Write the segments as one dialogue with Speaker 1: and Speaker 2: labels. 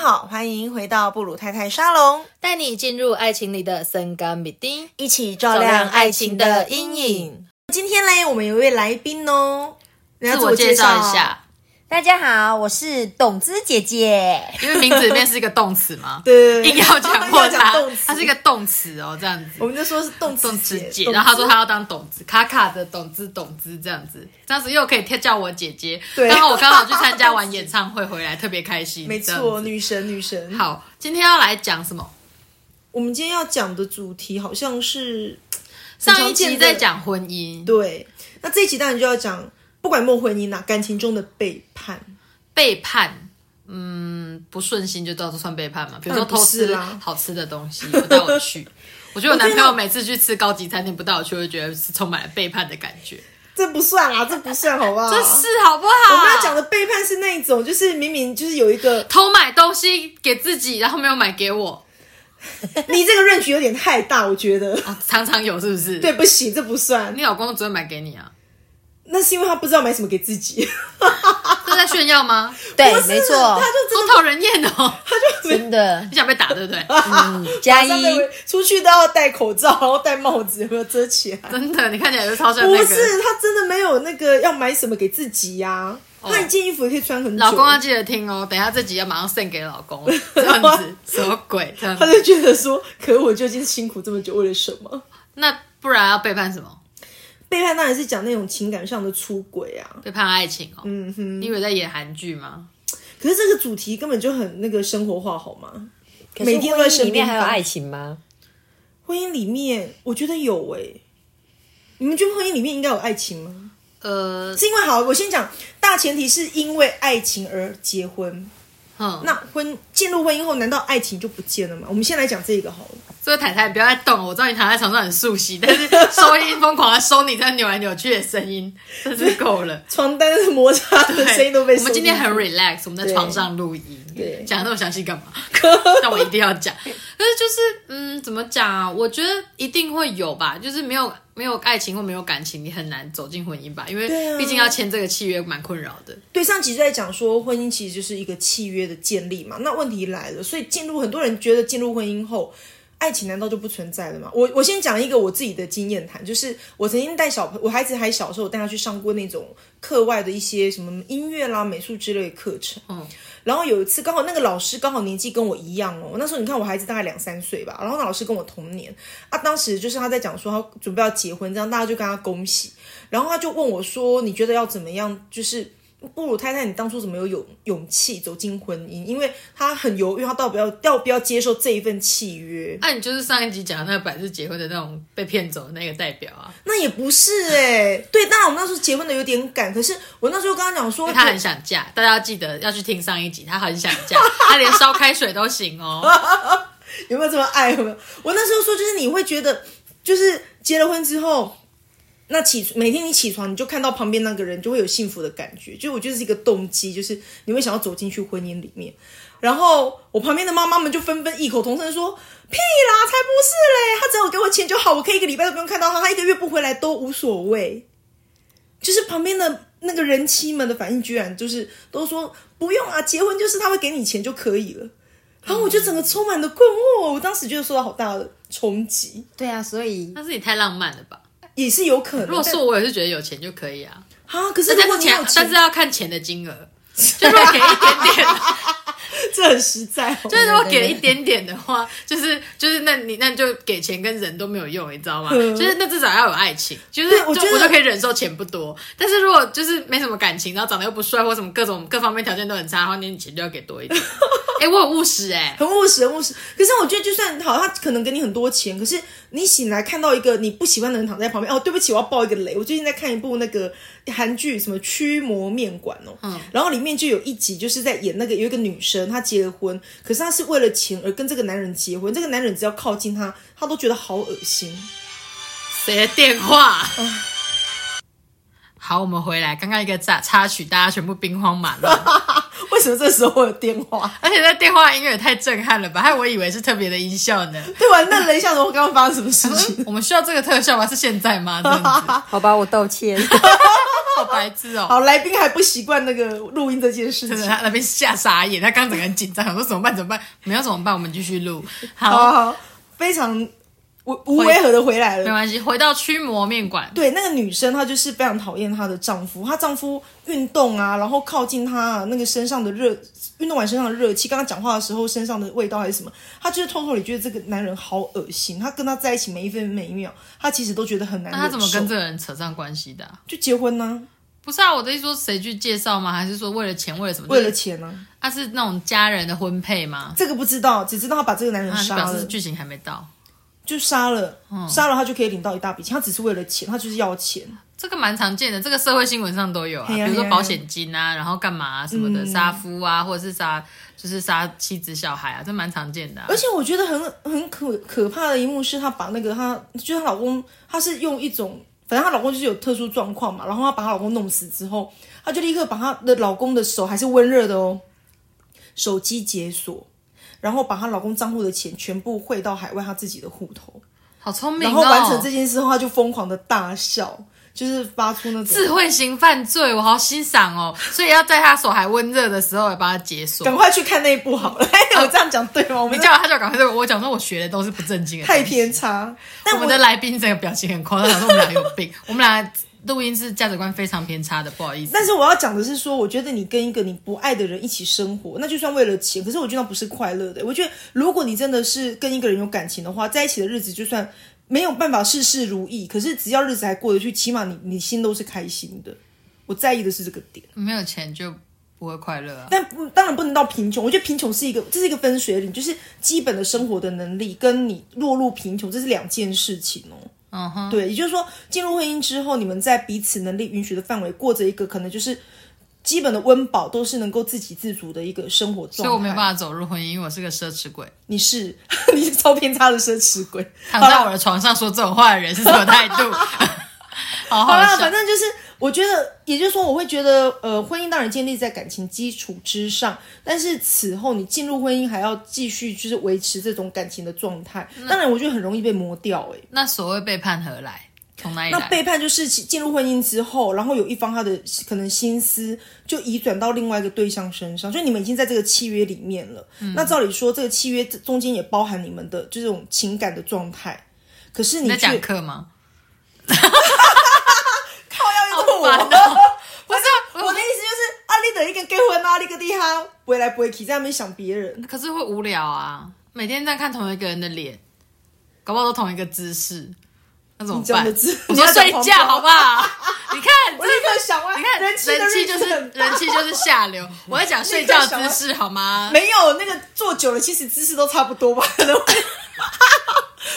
Speaker 1: 好，欢迎回到布鲁太太沙龙，
Speaker 2: 带你进入爱情里的森甘米丁，
Speaker 1: 一起照亮爱情的阴影。今天嘞，我们有一位来宾哦，你要，
Speaker 3: 自我介绍一。下，
Speaker 4: 大家好，我是董姿姐姐。
Speaker 3: 因为名字里面是一个动词嘛
Speaker 1: 对，
Speaker 3: 硬要讲混
Speaker 1: 讲
Speaker 3: 它
Speaker 1: 动词，，
Speaker 3: 它是一个动词哦，这样
Speaker 1: 我
Speaker 3: 子。
Speaker 1: 们就说是动词
Speaker 3: 动词姐，
Speaker 1: 动
Speaker 3: 然后他说他要当董子，卡卡的董子，董子这样子，这样子又可以叫我姐姐。
Speaker 1: 对
Speaker 3: 刚好我刚好去 参加完演唱会回来，特别开心。
Speaker 1: 没
Speaker 3: 这样
Speaker 1: 错，
Speaker 3: 子。
Speaker 1: 女神女神。，
Speaker 3: 好，今天要来讲什么？
Speaker 1: 我们今天要讲的主题好像是
Speaker 3: 上一集在，
Speaker 1: 很常见的
Speaker 3: 讲婚姻
Speaker 1: 对，那这一集当然就要讲，不管梦回你哪，感情中的背叛。
Speaker 3: 背叛，嗯，不顺心就到处算背叛嘛。比如说
Speaker 1: 当然
Speaker 3: 偷
Speaker 1: 不是
Speaker 3: 吃
Speaker 1: 啦
Speaker 3: 好吃的东西不带我 去，我觉得我男朋
Speaker 1: 我觉
Speaker 3: 友
Speaker 1: 得
Speaker 3: 每次去吃高级餐厅不带我去，我就觉得是充满了背叛的感觉。
Speaker 1: 这不算啊，这不算，好不 好？
Speaker 3: 这是啊好不好？
Speaker 1: 我们要讲的背叛是那一种，就是明明就是有一个，
Speaker 3: 偷买东西给自己，然后没有买给我，
Speaker 1: 你这个 range 有点太大，我觉得。
Speaker 3: 哦，常常有是不是？
Speaker 1: 对，不行，这不算。
Speaker 3: 你老公只会买给你啊？
Speaker 1: 那是因为他不知道买什么给自己，
Speaker 3: 这是在炫 耀吗？
Speaker 4: 对
Speaker 1: 不，是啊
Speaker 4: 没错
Speaker 1: 他，就真
Speaker 3: 好讨人厌哦！
Speaker 4: 真的
Speaker 3: 你想被打 对不对？
Speaker 4: 加
Speaker 1: 的
Speaker 4: 一，
Speaker 1: 出去都要戴口罩，然后戴帽子，有没有遮 起来？
Speaker 3: 真的，你看起来就超像
Speaker 1: 不
Speaker 3: 那个。
Speaker 1: 是，他真的没有那个要买什么给自己呀、
Speaker 4: 哦
Speaker 1: 他一件衣服也可以穿很久，
Speaker 3: 老公要
Speaker 4: 啊
Speaker 3: 记得听哦，等一下这集要马上送给老公，这样 子什么鬼？这样
Speaker 1: 他
Speaker 3: 子
Speaker 1: 就觉得说，可我究竟辛苦这么久为了什么？
Speaker 3: 那不然要背叛什么？
Speaker 1: 背叛当然是讲那种情感上的出轨啊，
Speaker 3: 背叛爱情哦？
Speaker 1: 嗯哼。
Speaker 3: 你以为在演韩剧吗？
Speaker 1: 可是这个主题根本就很那个生活化，好吗？
Speaker 4: 可
Speaker 1: 每
Speaker 4: 是
Speaker 1: 天
Speaker 4: 婚
Speaker 1: 都在
Speaker 4: 姻
Speaker 1: 身
Speaker 4: 里面
Speaker 1: 边
Speaker 4: 还有
Speaker 1: 吧
Speaker 4: 爱情吗？
Speaker 1: 婚姻里面，我觉得有诶、你们觉得婚姻里面应该有爱情吗？
Speaker 3: 呃，
Speaker 1: 是因为好，我先讲大前提是因为爱情而结婚。
Speaker 3: 哼，
Speaker 1: 那婚进入婚姻后，难道爱情就不见了吗？我们先来讲这个好了。
Speaker 3: 这位太太不要再动了，我知道你躺在床上很熟悉，但是收音疯狂的收你在扭来扭去的声 音，真是够了。
Speaker 1: 床单的摩擦的声音都被
Speaker 3: 我们今天很
Speaker 1: 收进去
Speaker 3: relax，我们在床上录音，
Speaker 1: 对
Speaker 3: 讲得那么详细干嘛？ 但我一定要讲。可是就是，嗯，怎么讲啊？我觉得一定会有吧，就是没有没有爱情或没有感情，你很难走进婚姻吧，因
Speaker 1: 对啊
Speaker 3: 为毕竟要签这个契约，蛮困扰的。
Speaker 1: 对上集就在讲说，婚姻其实就是一个契约的建立嘛。那问题来了，所以进入很多人觉得进入婚姻后，爱情难道就不存在了吗？我我先讲一个我自己的经验谈，就是我曾经带小朋我孩子还小的时候，我带他去上过那种课外的一些什么音乐啦、美术之类的课程。嗯，然后有一次刚好那个老师刚好年纪跟我一样哦，那时候你看我孩子大概两三岁吧，然后那老师跟我同年啊，当时就是他在讲说他准备要结婚，这样大家就跟他恭喜，然后他就问我说：“你觉得要怎么样？”就是。布鲁太太，你当初怎么有勇勇气走进婚姻？因为他很犹豫，他到底要要不要接受这一份契约？
Speaker 3: 那、啊你就是上一集讲的那个百日结婚的那种被骗走的那个代表啊，
Speaker 1: 那也不是哎、对，当然我们那时候结婚的有点赶，可是我那时候跟他讲说，
Speaker 3: 他很想嫁，大家要记得要去听上一集，他很想嫁，他连烧开水都行哦。
Speaker 1: 有没有这么爱？有没有？我那时候说，就是你会觉得，就是结了婚之后，那起每天你起床，你就看到旁边那个人，就会有幸福的感觉。就我觉得是一个动机，就是你会想要走进去婚姻里面。然后我旁边的妈妈们就纷纷异口同声说：“屁啦，才不是嘞！他只要给我钱就好，我可以一个礼拜都不用看到他，他一个月不回来都无所谓。”就是旁边的那个人妻们的反应，居然就是都说不用啊，结婚就是他会给你钱就可以了。然后我就整个充满了困惑，我当时觉得受到好大的冲击，
Speaker 4: 对啊，所以
Speaker 3: 但是你太浪漫了吧？
Speaker 1: 也是有可能。
Speaker 3: 如果是我，也是觉得有钱就可以啊，
Speaker 1: 但啊，可是如
Speaker 3: 但
Speaker 1: 果
Speaker 3: 是
Speaker 1: 你有
Speaker 3: 钱，但是
Speaker 1: 钱，
Speaker 3: 要看钱的金额。就如果给一点点，
Speaker 1: 这很实在、哦。
Speaker 3: 就是如果给一点点的话， 就是就是那你那你就给钱跟人都没有用，你知道吗？
Speaker 1: 嗯
Speaker 3: 就是那至少要有爱情，就是
Speaker 1: 对
Speaker 3: 就
Speaker 1: 我觉得
Speaker 3: 我就可以忍受钱不多，但是如果就是没什么感情，然后长得又不帅或什么各种各方面条件都很差的话，那你钱就要给多 一点。哎、我很务实哎、
Speaker 1: 很务实，很务实。可是我觉得，就算好，他可能给你很多钱，可是你醒来看到一个你不喜欢的人躺在旁边，哦，对不起，我要爆一个雷。我最近在看一部那个韩剧，什么《驱魔面馆》哦，
Speaker 3: 嗯
Speaker 1: 然后里面就有一集就是在演那个有一个女生，她结了婚，可是她是为了钱而跟这个男人结婚，这个男人只要靠近她，她都觉得好恶心。
Speaker 3: 谁的电话？好，我们回来，刚刚一个插插曲，大家全部兵荒马 乱。
Speaker 1: 为什么这时候会有电话？
Speaker 3: 而且那电话音乐也太震撼了吧！害我以为是特别的音效 呢。
Speaker 1: 对，我还愣了一下，我刚刚发 生什么事情？
Speaker 3: 我们需要这个特效吗？是现在吗？这样子
Speaker 4: 好吧，我道歉。
Speaker 1: 好
Speaker 3: 白痴哦、
Speaker 1: 好，来宾还不习惯那个录音这件事
Speaker 3: 真的，
Speaker 1: 情。
Speaker 3: 他那边吓傻眼，他刚整个很紧张，想说怎么办怎么办？没有怎么办，我们继续录。好，
Speaker 1: 好好，好非常无无违和的回来
Speaker 3: 没
Speaker 1: 了。
Speaker 3: 关系，回到驱魔面馆，
Speaker 1: 对，那个女生她就是非常讨厌她的丈夫，她丈夫运动啊，然后靠近她啊，那个身上的热，运动完身上的热气，跟她讲话的时候身上的味道还是什么，她就是偷偷里觉得这个男人好恶心，她跟他在一起每一分每一秒，她其实都觉得很难
Speaker 3: 那
Speaker 1: 忍
Speaker 3: 他怎么跟
Speaker 1: 受
Speaker 3: 这个人扯上关系的啊、
Speaker 1: 就结婚呢、
Speaker 3: 不是啊，我的意思说谁去介绍吗？还是说为了钱，为了什么？
Speaker 1: 为了
Speaker 3: 就是
Speaker 1: 钱呢、
Speaker 3: 他、是那种家人的婚配吗？
Speaker 1: 这个不知道，只知道她把这个男人
Speaker 3: 啊那就
Speaker 1: 杀
Speaker 3: 表
Speaker 1: 了
Speaker 3: 示，剧情还没到，
Speaker 1: 就杀了，
Speaker 3: 嗯
Speaker 1: 杀了她就可以领到一大笔钱，她只是为了钱，她就是要钱。
Speaker 3: 这个蛮常见的，这个社会新闻上都有啊，
Speaker 1: 嘿呀
Speaker 3: 比如说
Speaker 1: 嘿呀嗯
Speaker 3: 保险金啊，然后干嘛、啊、什么的，杀夫啊，或者是杀就是杀妻子小孩啊，这蛮常见的、啊
Speaker 1: 而。且我觉得很很可可怕的一幕是，她把那个她就是她老公，她是用一种，反正她老公就是有特殊状况嘛，然后她把她老公弄死之后，她就立刻把她的老公的手还是温热的哦，手机解锁，然后把她老公账户的钱全部汇到海外她自己的户头，
Speaker 3: 好聪明、
Speaker 1: 然
Speaker 3: 哦，
Speaker 1: 后完成这件事后，她就疯狂的大笑，就是发出那
Speaker 3: 智
Speaker 1: 种。
Speaker 3: 慧型犯罪，我好欣 赏哦。所以要在他手还温热的时候，把它解锁。
Speaker 1: 赶快去看那一部好 了，哎我这样讲对吗？我
Speaker 3: 你
Speaker 1: 们
Speaker 3: 叫他叫赶快对我讲说，我学的都是不正经的东西。
Speaker 1: 太偏差。但
Speaker 3: 我们的来宾整个表情很夸张，想说我们俩有病。我们俩录音是价值观非常偏差的，不好意思。
Speaker 1: 但是我要讲的是说，我觉得你跟一个你不爱的人一起生活，那就算为了钱，可是我觉得那不是快乐的。我觉得如果你真的是跟一个人有感情的话，在一起的日子就算没有办法事事如意，可是只要日子还过得去，起码你你心都是开心的。我在意的是这个点，
Speaker 3: 没有钱就不会快乐啊。
Speaker 1: 但不当然不能到贫穷。我觉得贫穷是一个，这是一个分水岭，就是基本的生活的能力跟你落入贫穷，这是两件事情哦。
Speaker 3: 嗯哼，
Speaker 1: 对，也就是说，进入婚姻之后，你们在彼此能力允许的范围，过着一个可能就是基本的温饱，都是能够自给自足的一个生活状态。
Speaker 3: 所以我没有办
Speaker 1: 法，
Speaker 3: 法走入婚姻，因为我是个奢侈鬼。
Speaker 1: 你是 你是超偏差的奢侈鬼。
Speaker 3: 躺在我的床上说这种话的人是什么态 度？好
Speaker 1: 好
Speaker 3: 好
Speaker 1: 啦，
Speaker 3: 笑
Speaker 1: 反。正就是，我觉得，也就是说，我会觉得，呃，婚姻当然建立在感情基础之上，但是此后你进入婚姻还要继续就是维持这种感情的状态，
Speaker 3: 嗯
Speaker 1: 当然我觉得很容易被磨掉、欸，
Speaker 3: 那所谓背叛何来？从哪里
Speaker 1: 那
Speaker 3: 来？
Speaker 1: 背叛就是其进入婚姻之后，然后有一方他的可能心思就移转到另外一个对象身上，所以你们已经在这个契约里面了。
Speaker 3: 嗯
Speaker 1: 那照理说，这个契约中间也包含你们的这种情感的状态。可是你
Speaker 3: 你在
Speaker 1: 却
Speaker 3: 讲课吗？
Speaker 1: 要用我，
Speaker 3: 好烦哦
Speaker 1: 不是我的意思就是，啊，你等一个结婚啊，你个地哈，不会来不会去，在那边想别人。
Speaker 3: 可是会无聊啊，每天在看同一个人的脸，搞不好都同一个姿势，那怎么
Speaker 1: 你讲
Speaker 3: 办
Speaker 1: 的姿？
Speaker 3: 我说
Speaker 1: 你要讲
Speaker 3: 睡
Speaker 1: 黄
Speaker 3: 觉
Speaker 1: 标
Speaker 3: 好不好？你看，
Speaker 1: 我
Speaker 3: 这
Speaker 1: 立刻想歪，
Speaker 3: 你看
Speaker 1: 人
Speaker 3: 人
Speaker 1: 气的
Speaker 3: 气
Speaker 1: 日
Speaker 3: 就
Speaker 1: 子
Speaker 3: 是
Speaker 1: 很
Speaker 3: 人气就是下流。我在讲睡觉姿势好吗？
Speaker 1: 没有那个坐久了，其实姿势都差不多吧， 可能会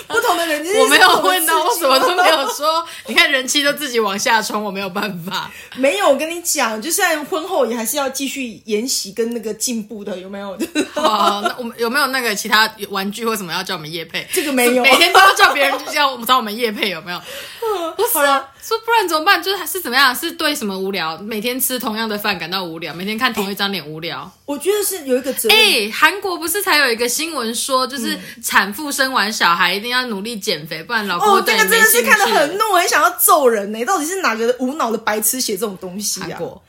Speaker 1: 不同的人。
Speaker 3: 我没有问到，
Speaker 1: 到，
Speaker 3: 我什么都没有说。你看人气都自己往下冲，我没有办 法。
Speaker 1: 没有，我跟你讲，就算婚后也还是要继续研习跟那个进步的，有没有？
Speaker 3: 哦，那我们有没有那个其他玩具或什么要叫我们叶配？
Speaker 1: 这个没有
Speaker 3: 每天都要叫别人叫我们找我们叶配，有没有？
Speaker 1: 不是啊，
Speaker 3: 说不然怎么办？就是还是怎么样？是对什么无聊？每天吃同样的饭感到无聊，每天看同一张脸无聊。
Speaker 1: 我觉得是有一个责任。
Speaker 3: 哎、韩国不是才有一个新闻说，就是产妇生完小孩一定要努力减肥，不然老
Speaker 1: 嗯
Speaker 3: 公
Speaker 1: 哦
Speaker 3: 会，
Speaker 1: 这
Speaker 3: 对
Speaker 1: 个
Speaker 3: 你
Speaker 1: 真
Speaker 3: 没
Speaker 1: 的是
Speaker 3: 兴趣。
Speaker 1: 看得很怒，很想要揍人呢、到底是哪个无脑的白痴写这种东西
Speaker 3: 韩
Speaker 1: 啊？
Speaker 3: 国，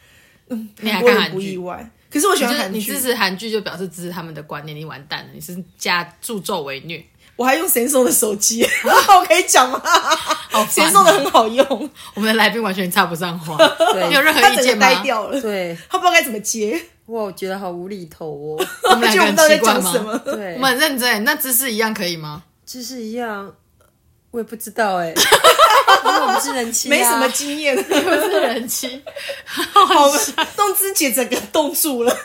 Speaker 3: 你还
Speaker 1: 韩国
Speaker 3: 看
Speaker 1: 人
Speaker 3: 韩
Speaker 1: 不意
Speaker 3: 剧？
Speaker 1: 外，可是我喜
Speaker 3: 就
Speaker 1: 欢
Speaker 3: 是
Speaker 1: 韩
Speaker 3: 你
Speaker 1: 剧
Speaker 3: 支。持韩剧，就表示支持他们的观念，你完蛋了，你是加助纣为虐。
Speaker 1: 我还用神送的手 机，我可以讲吗？
Speaker 3: 好
Speaker 1: 神
Speaker 3: 烦
Speaker 1: 送的
Speaker 3: 哦、
Speaker 1: 很好用，
Speaker 3: 我们的来宾完全插不上 话，
Speaker 2: 对
Speaker 3: 你有任何
Speaker 1: 他
Speaker 3: 意
Speaker 1: 整个
Speaker 3: 见吗？
Speaker 1: 呆掉了，
Speaker 2: 对，
Speaker 1: 他不知道该怎么接，
Speaker 2: 我觉得好无厘头哦。
Speaker 3: 我们
Speaker 1: 而且我们
Speaker 3: 两个很
Speaker 1: 到底在
Speaker 3: 奇怪
Speaker 1: 讲什
Speaker 3: 吗？
Speaker 1: 么？
Speaker 2: 对，
Speaker 3: 我们很认真，欸那姿势一样可 以吗？
Speaker 2: 就是一样，我也不知道哎、因为我们是人妻、啊，
Speaker 1: 没什么经 验，
Speaker 3: 是人妻，
Speaker 1: 好，动之姐整个冻住 了，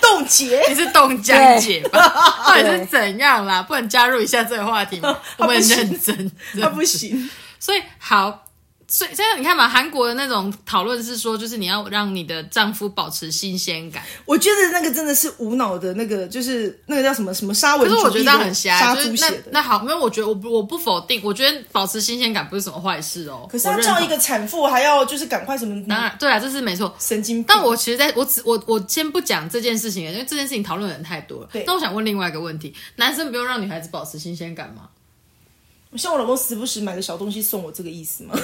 Speaker 1: 冻结。
Speaker 3: 你是冻僵姐吧？ 到底是怎样啦？不能加入一下这个话 题吗？我们很认真，
Speaker 1: 他不行，
Speaker 3: 所以好，所以现在你看嘛，韩国的那种讨论是说，就是你要让你的丈夫保持新鲜感。
Speaker 1: 我觉得那个真的是无脑的那个，就是那个叫什么什么杀文
Speaker 3: 可
Speaker 1: 主
Speaker 3: 是
Speaker 1: 义
Speaker 3: 我觉得这样很
Speaker 1: 杀
Speaker 3: 瞎，就是
Speaker 1: 猪
Speaker 3: 那
Speaker 1: 血的。
Speaker 3: 那好，没有，我觉得我不我不否定，我觉得保持新鲜感不是什么坏事哦。
Speaker 1: 可是
Speaker 3: 我
Speaker 1: 他
Speaker 3: 认
Speaker 1: 叫
Speaker 3: 同
Speaker 1: 一个产妇还要就是赶快什么，
Speaker 3: 当然对啊，这是没错。
Speaker 1: 神经病。
Speaker 3: 但我其实在，我只我我先不讲这件事情，因为这件事情讨论的人太多了
Speaker 1: 对。
Speaker 3: 但我想问另外一个问题：男生不用让女孩子保持新鲜感吗？
Speaker 1: 像我老公时不时买个小东西送我，这个意思吗？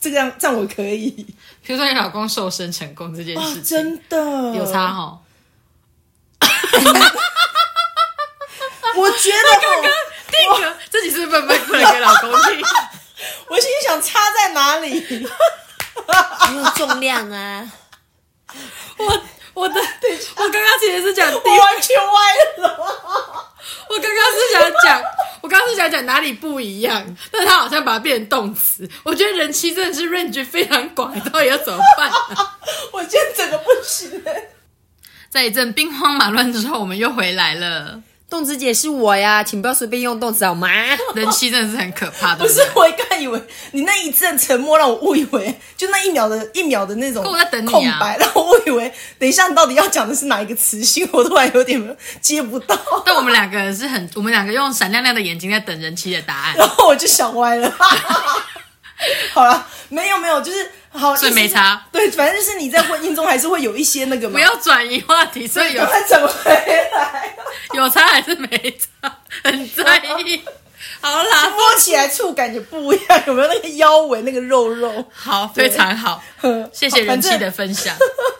Speaker 1: 这个样这样我可 以，啊
Speaker 3: 比如说你老公瘦身成功这件事情，
Speaker 1: 真的
Speaker 3: 有差。哦哈。
Speaker 1: 我觉 得哦，
Speaker 3: 第一个，这几次笨笨不能给老公听，
Speaker 1: 我心里想差在哪里？
Speaker 2: 没有重量 啊，
Speaker 3: 我 我的，我刚刚其实是讲第
Speaker 1: 我完全歪了。
Speaker 3: 我刚刚是想讲，我刚刚是想讲哪里不一样，但他好像把它变成动词。我觉得人妻真的是 range 非常广，到底要怎么办、啊？
Speaker 1: 我今天整个不行、
Speaker 3: 在一阵兵荒马乱之后，我们又回来 了。
Speaker 2: 动词姐是我呀，请不要随便用动词好吗？
Speaker 3: 人妻真的是很可怕的，
Speaker 1: 不是，我刚以为你那一阵沉默让我误以为，就那一秒的一秒的那种
Speaker 3: 可我在等你啊
Speaker 1: 空白，让我误以为等一下你到底要讲的是哪一个词性，我突然有点接不到，
Speaker 3: 但我们两个人是很，我们两个用闪亮亮的眼睛在等人妻的答 案，
Speaker 1: 然后我就想歪了。 好了，没有没有，就是好，
Speaker 3: 所以没
Speaker 1: 意思是
Speaker 3: 差。
Speaker 1: 对，反正就是你在婚姻中还是会有一些那个嘛，
Speaker 3: 不要转移话题，所 以 有啊
Speaker 1: 赶快怎么回来？
Speaker 3: 有差还是没差，很在意。 好啦，
Speaker 1: 摸起来触感也不一样，有没有那个腰围那个肉肉？
Speaker 3: 好，非 常 好，谢谢人妻
Speaker 1: 反
Speaker 3: 的
Speaker 1: 正
Speaker 3: 分享。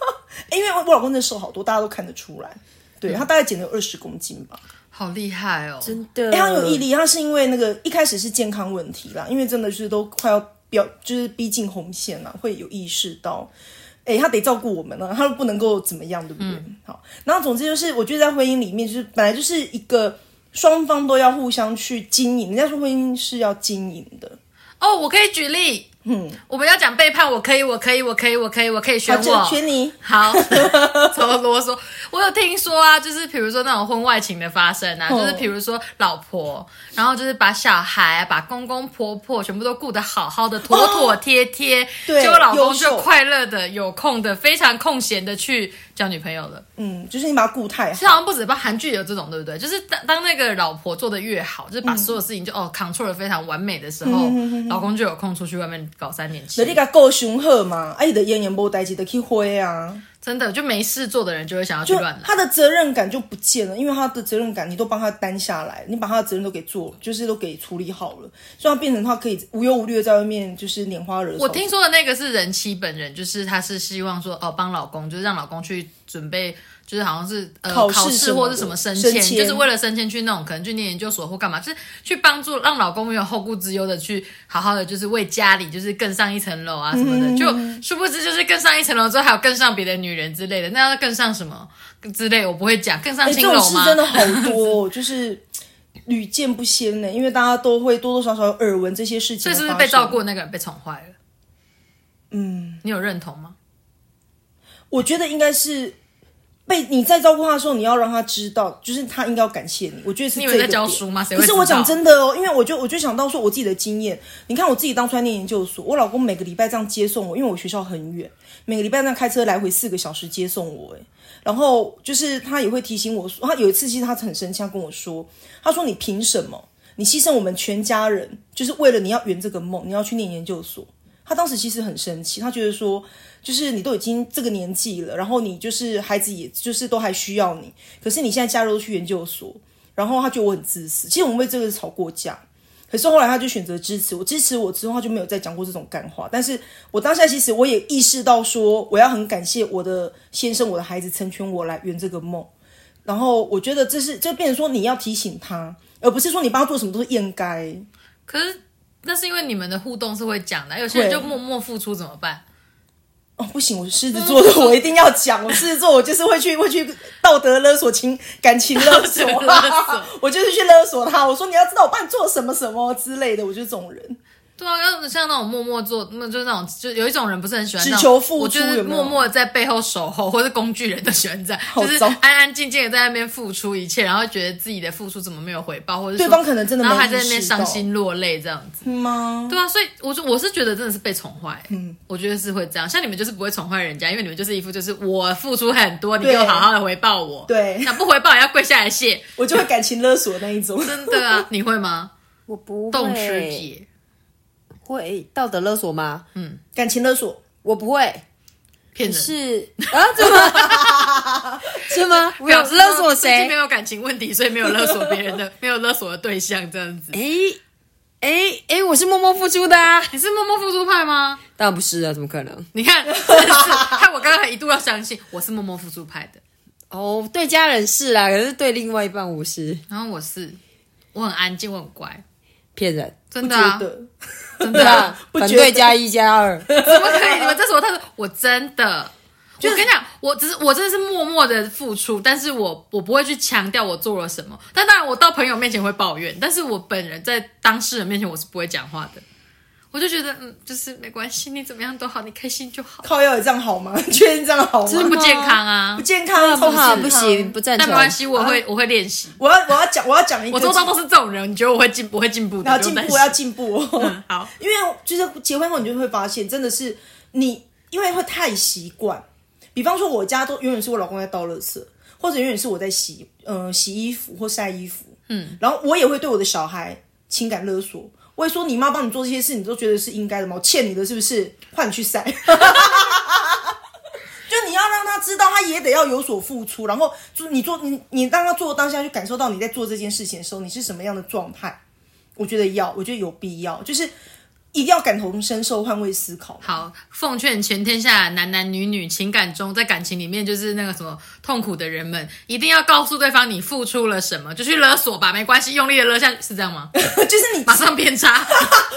Speaker 1: 因为我老公真的瘦好多，大家都看得出来。对他大概减了二十公斤吧，
Speaker 3: 好厉害哦！
Speaker 2: 真的，
Speaker 1: 哎、他很有毅力，他是因为那个一开始是健康问题啦，因为真的是都快要标，就是逼近红线了，会有意识到，哎、他得照顾我们了，他又不能够怎么样，对不对？好，然后总之就是，我觉得在婚姻里面，就是本来就是一个双方都要互相去经营，人家说婚姻是要经营的，
Speaker 3: 哦，我可以举例，嗯，我们要讲背叛，我可以，我可以，我可以，我可以，我可以选
Speaker 1: 好，
Speaker 3: 我
Speaker 1: 就。选你，
Speaker 3: 好， 怎么啰嗦？我有听说啊，就是比如说那种婚外情的发生啊，
Speaker 1: 哦
Speaker 3: 就是比如说老婆，然后就是把小孩、把公公婆婆全部都顾得好好的，妥妥帖帖，
Speaker 1: 哦对
Speaker 3: 结果老公
Speaker 1: 优
Speaker 3: 就
Speaker 1: 秀
Speaker 3: 快乐的、有空的、非常空闲的去交女朋友了。
Speaker 1: 嗯，就是你把他顾太
Speaker 3: 其实
Speaker 1: 好，
Speaker 3: 好像不止吧，韩剧有这种，对不对？就是当当那个老婆做的越好，就是把所有事情就、
Speaker 1: 嗯
Speaker 3: 哦 control 的非常完美的时候，老公就有空出去外面搞三年
Speaker 1: 就你给
Speaker 3: 七，
Speaker 1: 他够雄鹤嘛，哎、啊，你的烟烟波代际的去挥啊，
Speaker 3: 真的就没事做的人就会想要去
Speaker 1: 就
Speaker 3: 乱来。
Speaker 1: 他的责任感就不见了，因为他的责任感你都帮他担下来，你把他的责任都给做，就是都给处理好了，所以他变成他可以无忧无虑的在外面就是拈花惹草。
Speaker 3: 我听说的那个是人妻本人，就是她是希望说哦，帮老公，就是让老公去准备，就是好像是呃
Speaker 1: 考
Speaker 3: 考
Speaker 1: 试什
Speaker 3: 试
Speaker 1: 么
Speaker 3: 或
Speaker 1: 的
Speaker 3: 是什么
Speaker 1: 升
Speaker 3: 迁，
Speaker 1: 迁
Speaker 3: 就是为了升迁去那种可能去念研究所或干嘛，就是去帮助让老公没有后顾之忧的去好好的就是为家里就是更上一层楼啊什么的，
Speaker 1: 嗯
Speaker 3: 就殊不知就是更上一层楼之后还有更上别的女人之类的，那要更上什么之类，我不会讲更上
Speaker 1: 哎、
Speaker 3: 青
Speaker 1: 这种
Speaker 3: 楼
Speaker 1: 事
Speaker 3: 吗？
Speaker 1: 真的好多、哦， 就是屡见不鲜呢，因为大家都会多多少少有耳闻这些事情
Speaker 3: 这
Speaker 1: 的发
Speaker 3: 是
Speaker 1: 生。
Speaker 3: 不是被照顾的那个人被宠坏了？嗯，你有认同吗？
Speaker 1: 我觉得应该是被你在照顾他的时候，你要让他知道，就是他应该要感谢你。我觉得是
Speaker 3: 你
Speaker 1: 这
Speaker 3: 以
Speaker 1: 个
Speaker 3: 为在
Speaker 1: 点
Speaker 3: 教书吗谁会
Speaker 1: 可是
Speaker 3: 知
Speaker 1: 我讲
Speaker 3: 道
Speaker 1: 真的哦，因为我就我就想到说我自己的经验，你看我自己当初在念研究所，我老公每个礼拜这样接送我，因为我学校很远，每个礼拜这样开车来回四个小时接送我，哎，然后就是他也会提醒我说，啊他有一次其实他很生气，他跟我说，他说你凭什么？你牺牲我们全家人，就是为了你要圆这个梦，你要去念研究所。他当时其实很生气，他觉得说，就是你都已经这个年纪了，然后你就是孩子也就是都还需要你，可是你现在加入去研究所，然后他觉得我很自私。其实我们为这个吵过架，可是后来他就选择支持我，支持我之后他就没有再讲过这种干话。但是我当下其实我也意识到说，我要很感谢我的先生、我的孩子成全我来圆这个梦。然后我觉得这是就变成说你要提醒他，而不是说你帮他做什么都是应该。
Speaker 3: 可是那是因为你们的互动是会讲的，有些人
Speaker 1: 会
Speaker 3: 就默默付出怎么办？
Speaker 1: 哦，不行，我是狮子座 的，我一定要讲。我狮子座，我就是会去会去道德勒索、情感情勒索啊
Speaker 3: 道德 勒索
Speaker 1: 我就是去勒索他。我说你要知道我帮你做什么什么之类的，我就是这种人。
Speaker 3: 对啊，要像那种默默做，那就是那种，就有一种人不是很喜欢那种
Speaker 1: 只求付出
Speaker 3: 我就是
Speaker 1: 有没有
Speaker 3: 默默地在背后守候，或是工具人都喜欢这样，
Speaker 1: 好
Speaker 3: 就是
Speaker 1: 糟
Speaker 3: 安安静静的在那边付出一切，然后觉得自己的付出怎么没有回报，或者
Speaker 1: 对方可能真的
Speaker 3: 然后
Speaker 1: 没
Speaker 3: 还
Speaker 1: 意识
Speaker 3: 在那边伤
Speaker 1: 到
Speaker 3: 心落泪这样子。
Speaker 1: 嗯吗？
Speaker 3: 对啊，所以我说我是觉得真的是被宠坏，嗯，我觉得是会这样。像你们就是不会宠坏人家，因为你们就是一副就是我付出很多，你
Speaker 1: 对
Speaker 3: 给我好好的回报我，
Speaker 1: 对
Speaker 3: 想不回报也要跪下来谢，
Speaker 1: 我就会感情勒索那一种。
Speaker 3: 真的啊，你会吗？
Speaker 2: 我不会
Speaker 3: 动师姐，
Speaker 2: 会道德勒索吗？
Speaker 1: 感情勒索，
Speaker 2: 我不会，
Speaker 3: 骗
Speaker 2: 可
Speaker 3: 人。
Speaker 2: 是啊，真的吗？ 是吗？我有
Speaker 3: 表示
Speaker 2: 勒索
Speaker 3: 最近
Speaker 2: 谁
Speaker 3: 没？有感情问题，所以没有勒索别人的，没有勒索的对象这样子。
Speaker 2: 诶，哎哎，我是默默付出的啊，
Speaker 3: 你是默默付出派吗？
Speaker 2: 当然不是啊，怎么可能？
Speaker 3: 你看， 真的是害我刚刚一度要相信我是默默付出派的，
Speaker 2: 哦，对家人是啦，可是对另外一半我是
Speaker 3: 然后我是我很安静，我很乖，
Speaker 2: 骗人，
Speaker 3: 真
Speaker 1: 不
Speaker 3: 的、啊
Speaker 1: 觉，得。
Speaker 3: 真
Speaker 2: 对
Speaker 3: 的、
Speaker 2: 吧
Speaker 3: 啊，？
Speaker 1: 不觉得
Speaker 2: 反 对加一加二，
Speaker 3: 怎么可以？你们这时候他说我真的。我跟你讲，我只是我真的是默默的付出，但是我我不会去强调我做了什么。但当然，我到朋友面前会抱怨，但是我本人在当事人面前我是不会讲话的。我就觉得，嗯，就是没关系，你怎么样都好，你开心就好，
Speaker 1: 靠药也这样好吗？ 你确定这样好
Speaker 3: 这
Speaker 1: 吗？
Speaker 3: 不健康啊
Speaker 1: 不。健康，
Speaker 2: 不
Speaker 1: 超
Speaker 2: 好不
Speaker 1: 健康
Speaker 2: 行，。不赞
Speaker 3: 但
Speaker 2: 成
Speaker 3: 没。关系，我
Speaker 1: 啊
Speaker 3: 会我会练习。
Speaker 1: 我要我要讲我要讲一个，
Speaker 3: 我周遭都是这种人，你觉得我会进我会进步的？
Speaker 1: 然后进
Speaker 3: 不
Speaker 1: 步
Speaker 3: 用
Speaker 1: 要
Speaker 3: 担心
Speaker 1: 进步哦。
Speaker 3: 嗯好，
Speaker 1: 因为就是结婚后，你就会发现，真的是你因为会太习惯。比方说，我家都永远是我老公在倒垃圾，或者永远是我在洗，呃，洗衣服或晒衣服。嗯，然后我也会对我的小孩情感勒索，我也说你妈帮你做这些事，你都觉得是应该的吗？我欠你的是不是？换你去晒。 就你要让他知道，他也得要有所付出。然后，就是你做你你让他做当下，就感受到你在做这件事情的时候，你是什么样的状态。我觉得要，我觉得有必要，就是一定要感同身受，换位思考。
Speaker 3: 好，奉劝全天下男男女女，情感中在感情里面就是那个什么痛苦的人们，一定要告诉对方你付出了什么，就去勒索吧，没关系，用力的勒下，是这 样吗？
Speaker 1: 就是你
Speaker 3: 马上变差，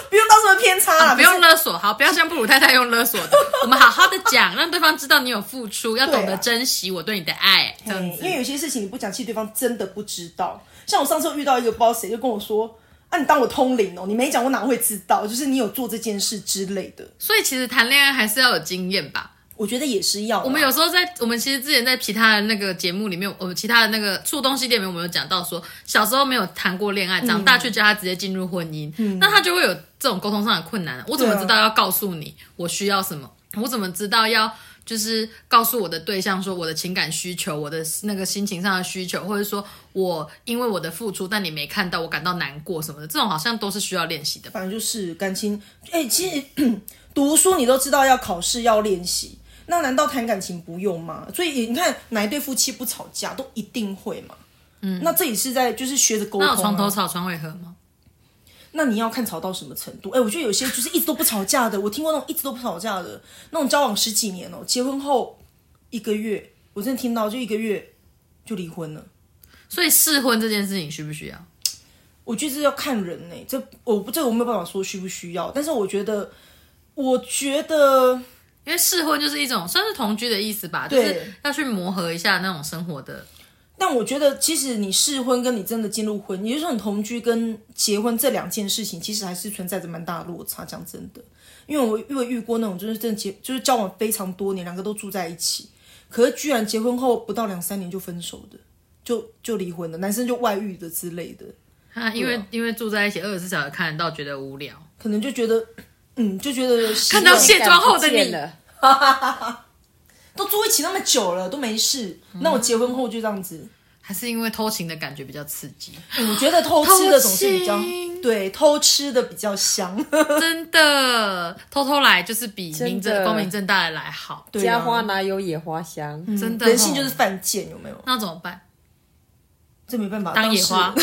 Speaker 1: 不用到什么偏差了、
Speaker 3: 不用勒索，好，不要像布鲁太太用勒索的，我们好好的讲，让对方知道你有付出，要
Speaker 1: 对啊
Speaker 3: 懂得珍惜我对你的爱，这样
Speaker 1: 嗯
Speaker 3: 子
Speaker 1: 因。为有些事情你不讲，其实对方真的不知道。像我上次遇到一个不知道谁，就跟我说：“啊，你当我通灵哦，你没讲我哪会知道？就是你有做这件事之类的。
Speaker 3: 所以其实谈恋爱还是要有经验吧。”
Speaker 1: 我觉得也是要啦。
Speaker 3: 我们有时候在我们其实之前在其他的那个节目里面，我们其他的那个触东西店里面，我们有讲到说，小时候没有谈过恋爱，长
Speaker 1: 嗯
Speaker 3: 大却叫他直接进入婚姻，那他就会有这种沟通上的困难。我怎么
Speaker 1: 对啊
Speaker 3: 知道要告诉你我需要什么？我怎么知道要就是告诉我的对象说我的情感需求，我的那个心情上的需求，或者说我因为我的付出，但你没看到，我感到难过什么的，这种好像都是需要练习的吧。
Speaker 1: 反正就是感情， 哎、其实 读书你都知道要考试要练习，那难道谈感情不用吗？所以你看哪一对夫妻不吵架，都一定会嘛。嗯，那这也是在就是学着沟通、
Speaker 3: 那
Speaker 1: 啊。
Speaker 3: 有床头吵，床尾和吗？
Speaker 1: 那你要看吵到什么程度？哎、我觉得有些就是一直都不吵架的，我听过那种一直都不吵架的，那种交往十几年哦、结婚后一个月，我真的听到就一个月就离婚了。
Speaker 3: 所以试婚这件事情需不需要？
Speaker 1: 我觉得这要看人呢、这我不这我没有办法说需不需要，但是我觉得，我觉得
Speaker 3: 因为试婚就是一种算是同居的意思吧，就是要去磨合一下那种生活的。
Speaker 1: 但我觉得，其实你试婚跟你真的进入婚，也就是说你同居跟结婚这两件事情，其实还是存在着蛮大的落差。讲真的，因为我因为遇过那种就是真的结，就是交往非常多年，两个都住在一起，可是居然结婚后不到两三年就分手的，就就离婚的，男生就外遇的之类的，
Speaker 3: 啊，因
Speaker 1: 哦
Speaker 3: 为、因为住在一起二十四小时看得到，觉得无聊。
Speaker 1: 可能就觉得，嗯，就觉得希
Speaker 3: 看
Speaker 1: 望
Speaker 3: 到卸妆后的
Speaker 2: 脸
Speaker 3: 你，
Speaker 2: 了，
Speaker 1: 都住一起那么久了都没事，那我结婚后就这样子。嗯
Speaker 3: 还是因为偷情的感觉比较刺激，
Speaker 1: 我觉得偷吃的总是比较
Speaker 3: 偷情
Speaker 1: 对，偷吃的比较香。
Speaker 3: 真的偷偷来就是比明
Speaker 2: 真
Speaker 3: 正
Speaker 2: 的
Speaker 3: 光明正大的来好，
Speaker 1: 对啊
Speaker 2: 家花哪有野花香？
Speaker 3: 真的、
Speaker 1: 人性就是，犯贱，有没有？
Speaker 3: 那怎么办？
Speaker 1: 这没办法，
Speaker 3: 当野
Speaker 1: 时
Speaker 3: 花。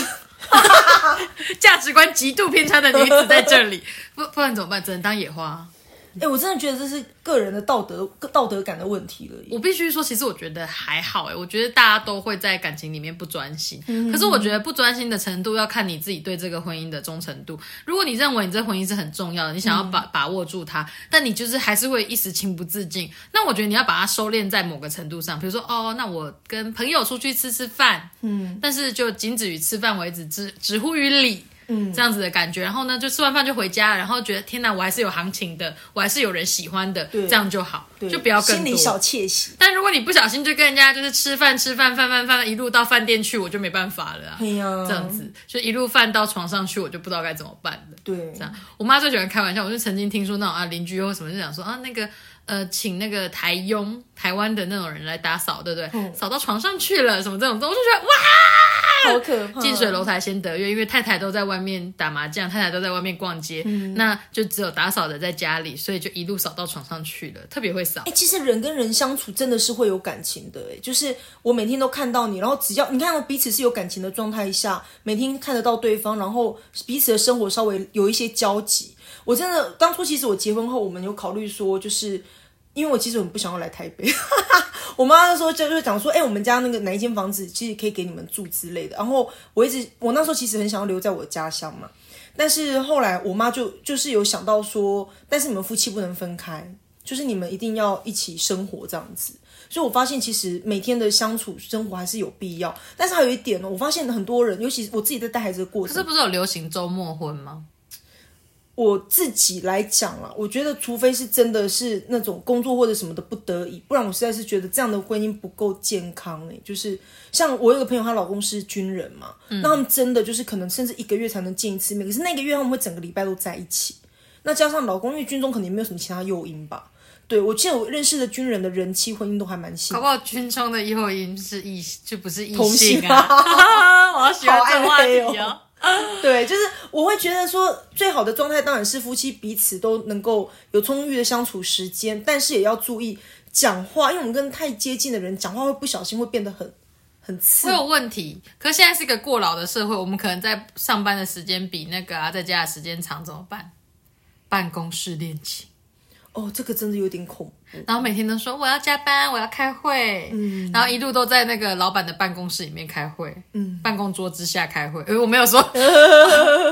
Speaker 3: 价值观极度偏差的女子在这里， 不不然怎么办？只能当野花。
Speaker 1: 哎、我真的觉得这是个人的道德道德感的问题了耶。
Speaker 3: 我必须说，其实我觉得还好哎、我觉得大家都会在感情里面不专心，
Speaker 1: 嗯
Speaker 3: 可是我觉得不专心的程度要看你自己对这个婚姻的忠诚度。如果你认为你这婚姻是很重要的，你想要
Speaker 1: 嗯
Speaker 3: 把、把握住它，但你就是还是会一时情不自禁，那我觉得你要把它收敛在某个程度上，比如说哦，那我跟朋友出去吃吃饭，嗯，但是就仅止于吃饭为止，只只乎于理。嗯，这样子的感觉，然后呢，就吃完饭就回家，然后觉得天哪，我还是有行情的，我还是有人喜欢的，这样就好，就不要更多。
Speaker 1: 心里小窃喜。
Speaker 3: 但如果你不小心就跟人家就是吃饭吃饭饭饭饭一路到饭店去，我就没办法了、啊。
Speaker 1: 哎呀，
Speaker 3: 这样子就一路饭到床上去，我就不知道该怎么办了。
Speaker 1: 对，
Speaker 3: 这样，我妈最喜欢开玩笑，我就曾经听说那种啊邻居或什么就讲说啊那个呃请那个台
Speaker 1: 哦
Speaker 3: 佣台湾的那种人来打扫，对不对？扫到床上去了什么这种东西，我就觉得哇，
Speaker 1: 好可怕！
Speaker 3: 近啊水楼台先得月，因为太太都在外面打麻将，太太都在外面逛街，
Speaker 1: 嗯
Speaker 3: 那就只有打扫的在家里，所以就一路扫到床上去了，特别会扫
Speaker 1: 哎、。其实人跟人相处真的是会有感情的、哎，就是我每天都看到你，然后只要你看到彼此是有感情的状态下，每天看得到对方，然后彼此的生活稍微有一些交集。我真的当初其实我结婚后，我们有考虑说，就是因为我其实很不想要来台北，我妈那时候就就讲说，哎、我们家那个哪一间房子其实可以给你们住之类的。然后我一直我那时候其实很想要留在我家乡嘛，但是后来我妈就就是有想到说，但是你们夫妻不能分开，就是你们一定要一起生活这样子。所以我发现其实每天的相处生活还是有必要，但是还有一点呢，哦我发现很多人，尤其是我自己在带孩子的过程
Speaker 3: 这，不是有流行周末婚吗？
Speaker 1: 我自己来讲啦，我觉得除非是真的是那种工作或者什么的不得已，不然我实在是觉得这样的婚姻不够健康诶、就是像我有个朋友，她老公是军人嘛，
Speaker 3: 嗯
Speaker 1: 那他们真的就是可能甚至一个月才能见一次面，可是那个月他们会整个礼拜都在一起。那加上老公，因为军中可能也没有什么其他诱因吧。对，我记得我认识的军人的人妻婚姻都还蛮幸
Speaker 3: 搞
Speaker 1: 福
Speaker 3: 不。好军中的诱因是异，就不是异
Speaker 1: 同性
Speaker 3: 性啊！ 我好喜欢这个话题
Speaker 1: 好暗黑
Speaker 3: 哦
Speaker 1: 哦。对，就是我会觉得说，最好的状态当然是夫妻彼此都能够有充裕的相处时间，但是也要注意讲话，因为我们跟太接近的人讲话会不小心会变得很很刺
Speaker 3: 会。有问题。可现在是一个过劳的社会，我们可能在上班的时间比那个啊在家的时间长，怎么办？办公室恋情，
Speaker 1: 哦，这个真的有点恐怖。
Speaker 3: 然后每天都说我要加班，我要开会，嗯，然后一路都在那个老板的办公室里面开会，嗯，办公桌之下开会。呃，我没 有说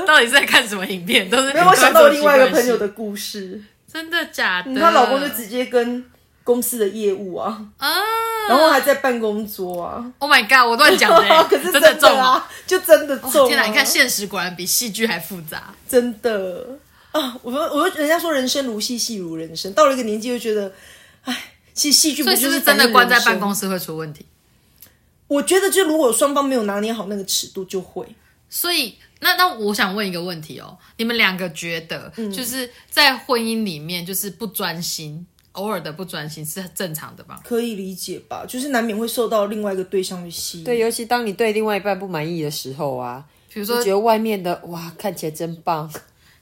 Speaker 3: 到底是在看什么影片，都是
Speaker 1: 没有，我想到我另外一个朋友
Speaker 3: 的，
Speaker 1: 的故事，
Speaker 3: 真的假的？
Speaker 1: 她老公就直接跟公司的业务啊，
Speaker 3: 啊
Speaker 1: 然后还在办公桌啊，
Speaker 3: ，Oh my god，我乱讲的欸
Speaker 1: ，可是
Speaker 3: 真的中了。
Speaker 1: 啊，就真的中、啊
Speaker 3: 天哪！你看，现实果然比戏剧还复杂。
Speaker 1: 真的啊！我说，我说，人家说人生如戏，戏如人生。到了一个年纪，就觉得，唉，其实戏剧不
Speaker 3: 所以
Speaker 1: 就是
Speaker 3: 不是
Speaker 1: 反
Speaker 3: 真
Speaker 1: 映
Speaker 3: 的关在
Speaker 1: 人生
Speaker 3: 办公？室会出问题？
Speaker 1: 我觉得，就如果双方没有拿捏好那个尺度，就会。
Speaker 3: 所以，那那我想问一个问题哦，你们两个觉得，
Speaker 1: 嗯
Speaker 3: 就是在婚姻里面，就是不专心，偶尔的不专心是正常的吧？
Speaker 1: 可以理解吧，就是难免会受到另外一个对象的吸引。
Speaker 2: 对，，尤其当你对另外一半不满意的时候啊，
Speaker 3: 比如
Speaker 2: 就
Speaker 3: 说
Speaker 2: 觉得外面的哇看起来真 棒，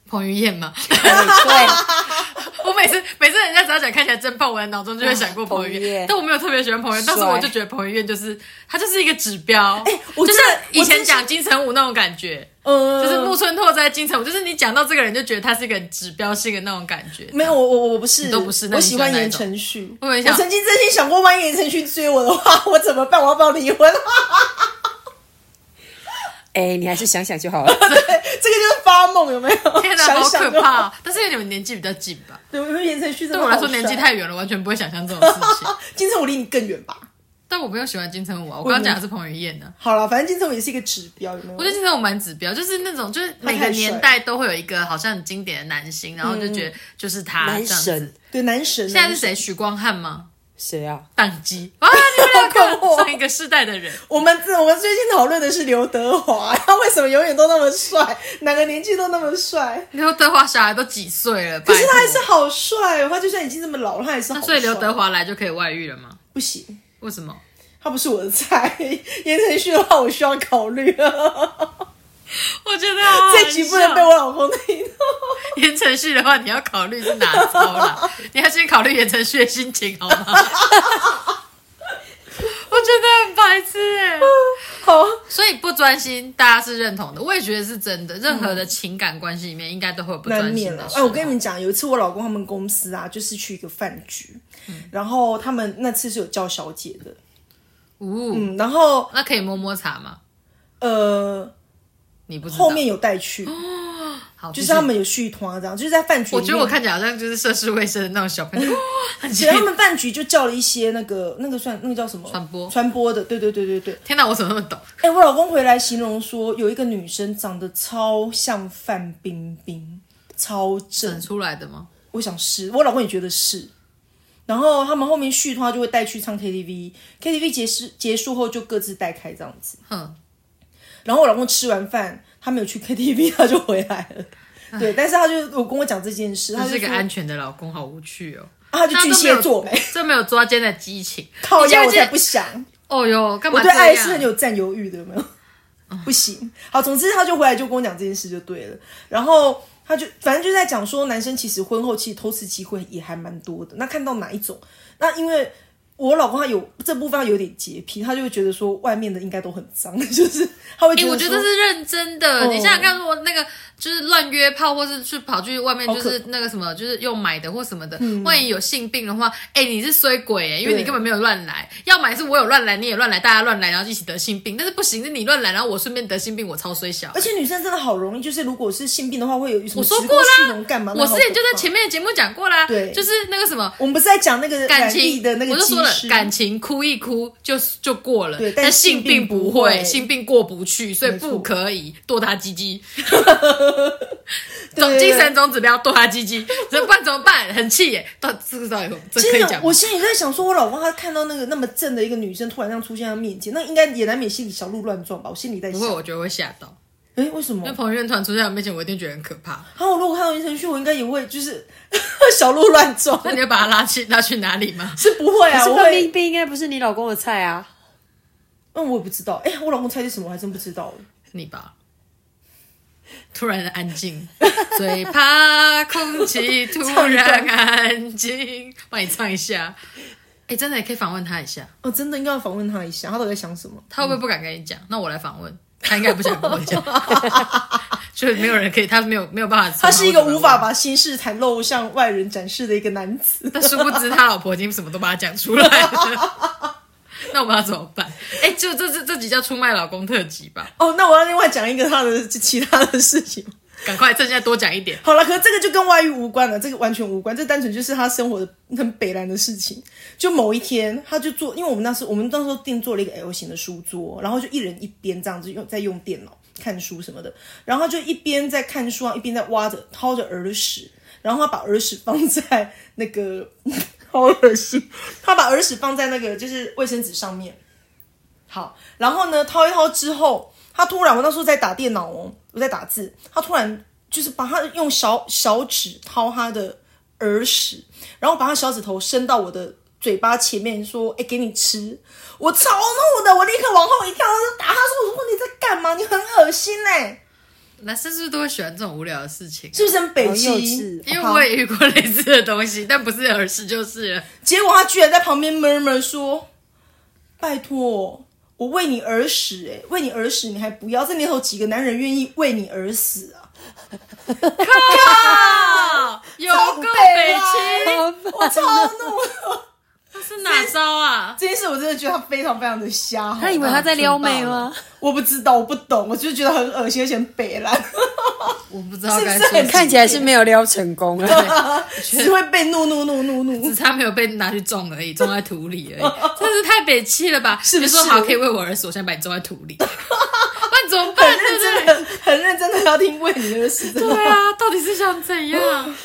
Speaker 3: 彭于晏嘛，
Speaker 2: 对，
Speaker 3: 我每次每次人家只要讲看起来真胖，我的脑中就会闪过彭
Speaker 1: 啊
Speaker 3: 于
Speaker 2: 彭于
Speaker 3: 晏
Speaker 2: 晏，
Speaker 3: 但我没有特别喜欢彭于晏，
Speaker 2: 帅
Speaker 3: 但是我就觉得彭于晏就是他就是一个指标，哎
Speaker 1: 我
Speaker 3: 就
Speaker 1: 真
Speaker 3: 是
Speaker 1: 的
Speaker 3: 以
Speaker 1: 我真
Speaker 3: 前
Speaker 1: 是
Speaker 3: 讲金城武那种感觉，
Speaker 1: 呃，
Speaker 3: 就是木村拓哉、金城武，就是你讲到这个人就觉得他是一个指标性的那种感觉，
Speaker 1: 没有我我我不是，
Speaker 3: 都不是那
Speaker 1: 我
Speaker 3: 你
Speaker 1: 喜
Speaker 3: 喜欢
Speaker 1: 欢
Speaker 3: 哪一
Speaker 1: 言
Speaker 3: 种
Speaker 1: 承旭。
Speaker 3: 我
Speaker 1: 我
Speaker 3: 也想
Speaker 1: 曾经真心想过，万一言承旭追我的话， 我怎么办？我要不要离婚？
Speaker 2: 哎，你还是想想就好了。
Speaker 1: 这个就是发梦，有没有？
Speaker 3: 天哪，
Speaker 1: 想
Speaker 3: 好
Speaker 1: 想
Speaker 3: 可
Speaker 1: 就好
Speaker 3: 怕哦！但是因为你们年纪比较近吧，
Speaker 1: 对，因为言承旭真的
Speaker 3: 对我来
Speaker 1: 好
Speaker 3: 说年纪
Speaker 1: 帅
Speaker 3: 太远了，完全不会想象这种事 情。
Speaker 1: 金城武离你更远吧？
Speaker 3: 但我没有喜欢金城武啊，我刚刚讲的是彭于晏呢。
Speaker 1: 好了，反正金城武也是一个指标，有没有？
Speaker 3: 我觉得金城武蛮指标，就是那种就是每个年代都会有一个好像很经典的男星，然后就觉得就是他
Speaker 2: 男
Speaker 3: 啊这样子。
Speaker 2: 神
Speaker 1: 对男嗯神，啊
Speaker 3: 现在
Speaker 1: 男
Speaker 3: 是
Speaker 1: 神
Speaker 3: 谁？许光汉吗？
Speaker 2: 谁啊？
Speaker 3: 宕机啊！你们
Speaker 1: 好
Speaker 3: 两
Speaker 1: 恐
Speaker 3: 个
Speaker 1: 怖哦
Speaker 3: 上一个世代的人，
Speaker 1: 我们我们最近讨论的是刘德华，他为什么永远都那么帅， 哪个年纪都那么帅？
Speaker 3: 刘德华小孩都几岁了？
Speaker 1: 可是
Speaker 3: 拜托
Speaker 1: 他还是好帅哦，他就算已经这么老了，他还是好
Speaker 3: 那
Speaker 1: 帅。
Speaker 3: 所以刘德华来就可以外遇了吗？
Speaker 1: 不行，
Speaker 3: 为什么？
Speaker 1: 他不是我的菜。 言承旭的话，我需要考虑 了。
Speaker 3: 我 觉得好好
Speaker 1: 这局不
Speaker 3: 笑
Speaker 1: 能被我老公听到。
Speaker 3: 言承旭的话，你要考虑是哪招 啦？你要先考虑言承旭的心情 好吗？我觉得很白痴哎、
Speaker 1: 好，
Speaker 3: 所以不专心，大家是认同的，我也觉得是真的。任何的情感关系里面，应该都会有不
Speaker 1: 难
Speaker 3: 专
Speaker 1: 免
Speaker 3: 心
Speaker 1: 了
Speaker 3: 的。时
Speaker 1: 哎，
Speaker 3: 候。
Speaker 1: 我跟你们讲，有一次我老公他们公司啊，就是去一个饭局，
Speaker 3: 嗯
Speaker 1: 然后他们那次是有叫小姐的，
Speaker 3: 呜、
Speaker 1: 嗯，然后
Speaker 3: 那可以摸摸茶吗？
Speaker 1: 呃，
Speaker 3: 你不知道
Speaker 1: 后面有带 去，哦
Speaker 3: 好，
Speaker 1: 就
Speaker 3: 继
Speaker 1: 是
Speaker 3: 续
Speaker 1: 他。们有续团这样，就是在饭局里
Speaker 3: 哦我
Speaker 1: 面。
Speaker 3: 觉得我看起来好像就是涉世未深的那种小朋友，很奇
Speaker 1: 其实他们饭局就叫了一些那个那个算那个叫什么
Speaker 3: 传播
Speaker 1: 传播的，对对对对对。
Speaker 3: 天哪，我怎么那么懂？
Speaker 1: 哎、我老公回来形容说，有一个女生长得超像范冰冰，超正
Speaker 3: 整。出来的吗？
Speaker 1: 我想是，我老公也觉得是。然后他们后面续的话就会带去唱 KTV，KTV 结束结束后就各自带开这样子。
Speaker 3: 哼，
Speaker 1: 然后我老公吃完饭，他没有去 KTV，他就回来了。对，但是他就我跟我讲这件事，他
Speaker 3: 这
Speaker 1: 就是
Speaker 3: 个
Speaker 1: 说
Speaker 3: 安全的老公，好无趣哦。
Speaker 1: 啊他 就巨蟹座呗，
Speaker 3: 这没有抓奸的激情。
Speaker 1: 靠
Speaker 3: 你记
Speaker 1: 腰
Speaker 3: 不
Speaker 1: 我
Speaker 3: 记
Speaker 1: 才
Speaker 3: 得
Speaker 1: 不想。
Speaker 3: 哦哟，干嘛
Speaker 1: 我
Speaker 3: 这
Speaker 1: 对
Speaker 3: 样？
Speaker 1: 爱是很有占有欲的，有没有？ 不行。好，总之他就回来就跟我讲这件事就对了，然后。他就反正就在讲说，男生其实婚后其实偷吃机会也还蛮多的。那看到哪一种？那因为我老公他有这部分他有点洁癖，他就会觉得说外面的应该都很脏， 就是他会觉
Speaker 3: 哎、
Speaker 1: 得、
Speaker 3: 我觉得是认真的。
Speaker 1: 哦
Speaker 3: 你想想看，如果那个就是乱约炮，或是去跑去外面，就
Speaker 1: 好
Speaker 3: 是那个什么，就是用买的或什么的，
Speaker 1: 嗯
Speaker 3: 万一有性病的话，哎、你是衰鬼、哎，因为
Speaker 1: 对
Speaker 3: 你根本没有乱来。要买是我有乱来，你也乱来，大家乱来，然后一起得性病。但是不行，是你乱来，然后我顺便得性病，我超衰小。
Speaker 1: 而且女生真的好容易，就是如果是性病的话，会有什么
Speaker 3: 我说
Speaker 1: 子宫
Speaker 3: 过啦
Speaker 1: 系统干嘛？
Speaker 3: 我
Speaker 1: 那好
Speaker 3: 之前就
Speaker 1: 可
Speaker 3: 在
Speaker 1: 怕
Speaker 3: 前面的节目讲过啦，
Speaker 1: 对
Speaker 3: 就是那个什么。
Speaker 1: 我们不是在讲那个
Speaker 3: 感
Speaker 1: 染
Speaker 3: 情
Speaker 1: 疫的那个
Speaker 3: 我就说了
Speaker 1: 机，制
Speaker 3: 感情哭一哭就就过了，
Speaker 1: 对但
Speaker 3: 但性
Speaker 1: 性病
Speaker 3: 病
Speaker 1: 不
Speaker 3: 不
Speaker 1: 会
Speaker 3: 会，性病过不去，所以
Speaker 1: 没错
Speaker 3: 不可以剁他鸡鸡。
Speaker 1: 对
Speaker 3: 总
Speaker 1: 对对
Speaker 3: 精神总指标剁他鸡鸡，怎么办？怎么办？很气耶！到这个到底有 这
Speaker 1: 其
Speaker 3: 可
Speaker 1: 实
Speaker 3: 以
Speaker 1: 有
Speaker 3: 讲吗
Speaker 1: 我？心里在想，说我老公他看到那个那么正的一个女生突然这样出现在他面前，那应该也难免心里小鹿乱撞吧？我心里在
Speaker 3: 不
Speaker 1: 想
Speaker 3: 会，，我觉得会吓到，
Speaker 1: 哎、为什么
Speaker 3: 因为？彭于晏突然出现在我面前，我一定觉得很可怕。
Speaker 1: 然后我如果看到言承旭，我应该也会就是 小鹿乱撞，
Speaker 3: 那你会把他拉去拉去哪里 吗？
Speaker 1: 是不会
Speaker 2: 可
Speaker 1: 啊？
Speaker 2: 是
Speaker 1: 我
Speaker 2: 范冰
Speaker 1: 会，
Speaker 2: 冰应该不是你老公的菜啊。
Speaker 1: 嗯，我也不知道，哎、我老公猜是什么，我还真不知道。
Speaker 3: 你 吧。突然的安静，最怕空气突 然安静。帮你唱一下，哎、真的也可以访问他一下，
Speaker 1: 哦，真的应该要访问他一下，他到底在想什么？
Speaker 3: 他会不会不敢跟你讲？那我来访问，他应该也不想跟我讲， 就是没有人可以，他没有没有办法。
Speaker 1: 他是一个无法，把心事袒露向外人展示的一个男子。
Speaker 3: 但殊不知他老婆已经什么都把他讲出来了。 那我们要怎么办？哎、就这这这集叫出卖老公特辑吧，
Speaker 1: 哦，那我要另外讲一个他的其他的事情。
Speaker 3: 赶快趁现在多讲一点。
Speaker 1: 好了，可是这个就跟外遇无关了，这个完全无关，这单纯就是他生活的很北然的事情。就某一天，他就做，因为我们那时我们那时候定做了一个 L 型的书桌，然后就一人一边这样子用在用电脑看书什么的，然后就一边在看书啊，一边在挖着掏着耳屎，然后他把耳屎放在那个，好恶心，他把耳屎放在那个就是卫生纸上面。好，然后呢，掏一掏之后，他突然，我那时候在打电脑哦，我在打字，他突然就是把他用小小指掏他的耳屎，然后把他小指头伸到我的嘴巴前面，说：“哎，给你吃。”我超怒的，我立刻往后一跳，我就打他说：“我说你在干嘛？你很恶心嘞、
Speaker 3: 男生是不是都会喜欢这种无聊的事情？啊
Speaker 1: 是不是很北
Speaker 2: 好幼
Speaker 1: 气
Speaker 2: 稚？”
Speaker 3: 因为
Speaker 1: 好
Speaker 3: 我也遇过类似的东西，但不是耳屎就是了。
Speaker 1: 结果他居然在旁边 murmur 说：“拜托，哦我为你而死、欸，为你而死，你还不要？这年头几个男人愿意为你而死啊？”
Speaker 3: 靠，有够北
Speaker 1: 北
Speaker 3: 齐，
Speaker 1: 我超怒！
Speaker 3: 这是哪招啊？
Speaker 1: 这件事我真的觉得他非常非常的瞎。嗯
Speaker 2: 他以为他在撩妹吗？
Speaker 1: 我不知道，我不懂，我就是觉得很恶心，而且很北 蓝，
Speaker 3: 我不知道
Speaker 1: 是不
Speaker 3: 该
Speaker 1: 是
Speaker 3: 说什
Speaker 1: 很
Speaker 3: 么，
Speaker 2: 看起来是没有撩成功啊。
Speaker 1: 只会被怒怒怒怒怒
Speaker 3: 只。差没有被拿去种而已，种在土 里而已，真是太北气了吧？
Speaker 1: 是不是
Speaker 3: 你说好可以为我而死，我现在把你种在土里， 那怎么
Speaker 1: 很
Speaker 3: 办？对
Speaker 1: 认
Speaker 3: 不
Speaker 1: 真
Speaker 3: 对？
Speaker 1: 的，很认真的要听为你而死。真的
Speaker 3: 对啊，到底是想怎样？嗯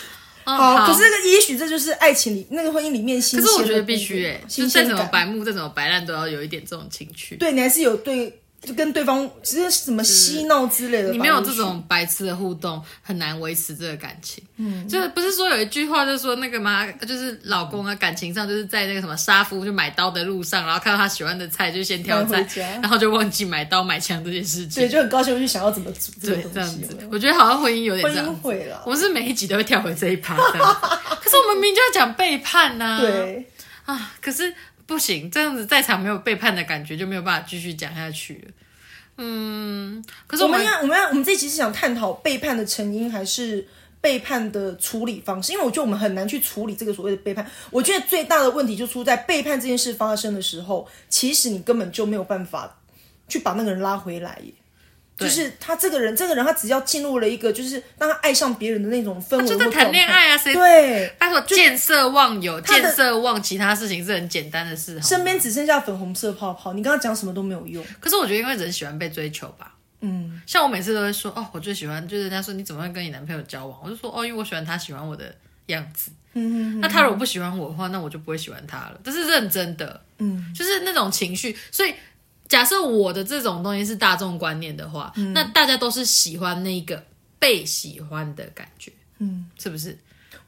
Speaker 1: 好，可是那个也许这就是爱情里那个婚姻里面新
Speaker 3: 可
Speaker 1: 鲜
Speaker 3: 是
Speaker 1: 的部
Speaker 3: 我
Speaker 1: 分。
Speaker 3: 觉得必须哎，就
Speaker 1: 新
Speaker 3: 再
Speaker 1: 鲜
Speaker 3: 怎么
Speaker 1: 感。
Speaker 3: 白目，再怎么白烂，都要有一点这种情趣。
Speaker 1: 对你还是有对，就跟对方只是什么嬉闹之类的吧。
Speaker 3: 你没有
Speaker 1: 也许
Speaker 3: 这种白痴的互动，很难维持这个感情。嗯，就是不是说有一句话就是说那个嘛，就是老公啊，感情上就是在那个什么杀夫就买刀的路上，然后看到他喜欢的菜就先挑
Speaker 1: 买
Speaker 3: 菜
Speaker 1: 回家，
Speaker 3: 然后就忘记买刀买枪这件事
Speaker 1: 对，
Speaker 3: 情。
Speaker 1: 就很高兴，我就想要怎么煮这
Speaker 3: 对
Speaker 1: 个，
Speaker 3: 这
Speaker 1: 东
Speaker 3: 样
Speaker 1: 西。有
Speaker 3: 子
Speaker 1: 没，有
Speaker 3: 我觉得好像婚姻有点
Speaker 1: 婚
Speaker 3: 这样
Speaker 1: 姻
Speaker 3: 子。
Speaker 1: 毁了，
Speaker 3: 我是每一集都会跳回这一趴，这 样子可是我们明明就要讲背叛呐、啊。
Speaker 1: 对。
Speaker 3: 啊，可是不行，这样子在场没有背叛的感觉就没有办法继续讲下去了。嗯，可是
Speaker 1: 我
Speaker 3: 我
Speaker 1: 们
Speaker 3: 们
Speaker 1: 要，我们要，我们这一集是想探讨背叛的成因，还是背叛的处理方式？因为我觉得我们很难去处理这个所谓的背叛。我觉得最大的问题就出在背叛这件事发生的时候，其实你根本就没有办法去把那个人拉回来耶。
Speaker 3: 对
Speaker 1: 就是他这个人，这个人他只要进入了一个，就是当他爱上别人的那种氛围，
Speaker 3: 就在谈恋爱啊，谁
Speaker 1: 对，
Speaker 3: 他说见色忘友，
Speaker 1: 他的
Speaker 3: 见色忘其他事情是很简单的事。好
Speaker 1: 身
Speaker 3: 吗
Speaker 1: 边只剩下粉红色泡泡，你跟他讲什么都没有用。
Speaker 3: 可是我觉得，因为人喜欢被追求吧。
Speaker 1: 嗯，
Speaker 3: 像我每次都会说，哦，我最喜欢就是人家说你怎么会跟你男朋友交往？我就说，哦，因为我喜欢他喜欢我的样子。嗯那他如果不喜欢我的话，那我就不会喜欢他了。这是认真的，
Speaker 1: 嗯，
Speaker 3: 就是那种情绪。所以，假设我的这种东西是大众观念的话，
Speaker 1: 嗯
Speaker 3: 那大家都是喜欢那个被喜欢的感觉，
Speaker 1: 嗯，
Speaker 3: 是不是？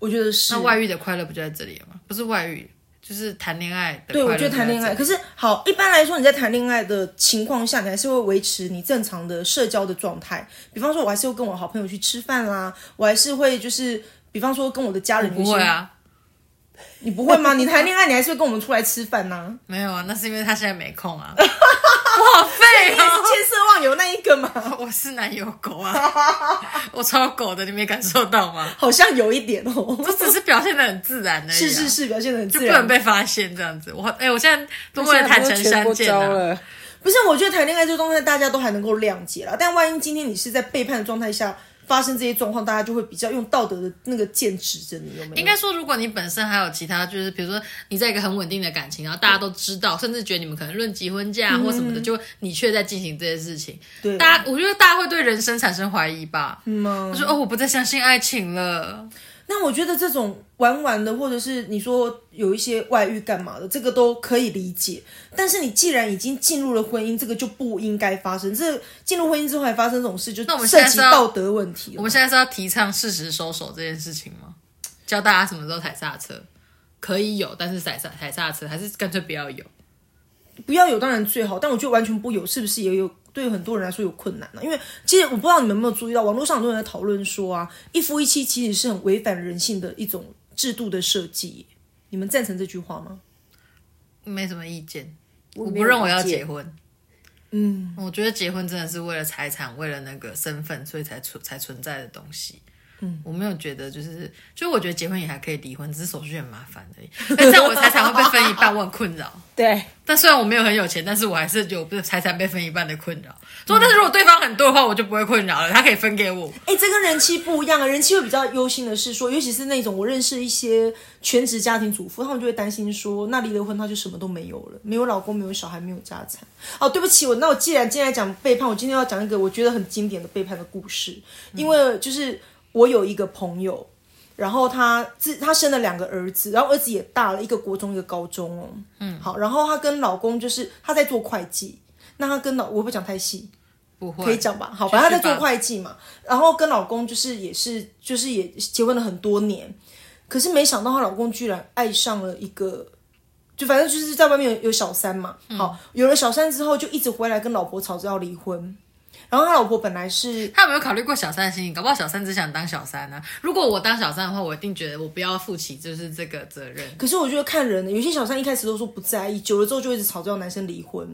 Speaker 1: 我觉得是
Speaker 3: 那外遇的快乐不就在这里了吗？不是外遇，就是谈恋爱的
Speaker 1: 对，我
Speaker 3: 快乐
Speaker 1: 觉得谈恋爱，
Speaker 3: 在这
Speaker 1: 可是好，一般来说你在谈恋爱的情况下，你还是会维持你正常的社交的状态。比方说，我还是会跟我好朋友去吃饭啦，我还是会就是，比方说跟我的家人
Speaker 3: 不会，啊，
Speaker 1: 你不会吗？你谈恋爱，你还是会跟我们出来吃饭呐、
Speaker 3: 没有啊，那是因为他现在没空啊， 我好废
Speaker 1: 你也是
Speaker 3: 哦。
Speaker 1: 见色忘友那一个吗？
Speaker 3: 我是男友狗啊，我超狗的，你没感受到吗？
Speaker 1: 好像有一点哦。
Speaker 3: 我只是表现的很自然而已、啊，
Speaker 1: 是是，是，表现的很
Speaker 3: 就
Speaker 1: 自
Speaker 3: 不能
Speaker 1: 然。
Speaker 3: 被发现这样子。我哎、我现在都为
Speaker 2: 现
Speaker 3: 了
Speaker 2: 在
Speaker 3: 坦
Speaker 2: 不
Speaker 3: 诚
Speaker 2: 是全
Speaker 3: 相
Speaker 2: 国
Speaker 3: 见
Speaker 2: 招
Speaker 3: 啊。
Speaker 2: 了，
Speaker 1: 不是，我觉得谈恋爱这个东西大家都还能够谅解啦，但万一今天你是在背叛的状态下发生这些状况，大家就会比较用道德的那个剑指着你，有没有？
Speaker 3: 应该说，如果你本身还有其他，就是比如说你在一个很稳定的感情，然后大家都知道，甚至觉得你们可能论及婚嫁或什么的，就你却在进行这些事情，
Speaker 1: 对
Speaker 3: 大家我觉得大家会对人生产生怀疑吧。嗯
Speaker 1: 吗
Speaker 3: 我？说哦，我不再相信爱情了。
Speaker 1: 那我觉得这种玩玩的，或者是你说有一些外遇干嘛的，这个都可以理解。但是你既然已经进入了婚姻，这个就不应该发生。这进入婚姻之后还发生这种事，就
Speaker 3: 我们
Speaker 1: 涉
Speaker 3: 现在
Speaker 1: 及
Speaker 3: 是要
Speaker 1: 道德问题了。
Speaker 3: 我们现在是要提倡适时收手这件事情吗？教大家什么时候踩刹车？可以有，但是踩刹踩刹车，还是干脆不要有。
Speaker 1: 不要有当然最好，但我觉得完全不有是不是也有对很多人来说有困难呢、因为其实我不知道你们有没有注意到，网络上很多人在讨论说啊，一夫一妻其实是很违反人性的一种制度的设计。你们赞成这句话吗？
Speaker 3: 没什么意见。
Speaker 2: 我
Speaker 3: 我
Speaker 2: 没
Speaker 3: 不
Speaker 2: 有
Speaker 3: 认为要
Speaker 2: 意见
Speaker 3: 结婚。嗯，我觉得结婚真的是为了财产、为了那个身份，所以才存才存在的东西。嗯，我没有觉得就是，就我觉得结婚也还可以离婚，只是手续很麻烦而已。那这样我的财产会被分一半，我很困扰。
Speaker 2: 对，
Speaker 3: 但虽然我没有很有钱，但是我还是有财产被分一半的困扰。所以，但是如果对方很多的话，我就不会困扰了，他可以分给我。
Speaker 1: 哎、这跟人妻不一样啊！人妻会比较忧心的是说，尤其是那种我认识一些全职家庭主妇，他们就会担心说，那离了婚他就什么都没有了，没有老公，没有小孩，没有家产。哦，对不起，我那我既然今天来讲背叛，我今天要讲一个我觉得很经典的背叛的故事，因
Speaker 3: 嗯
Speaker 1: 为就是我有一个朋友，然后他自他生了两个儿子，然后儿子也大了，一个国中，一个高中哦。嗯，好，然后她跟老公就是她在做会计，那她跟老我会不会讲太细？
Speaker 3: 不会，
Speaker 1: 可以讲吧？好，
Speaker 3: 继续
Speaker 1: 哦反
Speaker 3: 吧
Speaker 1: 正她在做会计嘛，然后跟老公就是也是就是也结婚了很多年，可是没想到她老公居然爱上了一个，就反正就是在外面有有小三嘛。
Speaker 3: 嗯
Speaker 1: 好，有了小三之后就一直回来跟老婆吵着要离婚，然后他老婆本来是
Speaker 3: 他有没有考虑过小三的心情？搞不好小三只想当小三呢、如果我当小三的话，我一定觉得我不要负起就是这个责任。
Speaker 1: 可是我觉得看人的，有些小三一开始都说不在意，久了之后就一直吵着要男生离婚。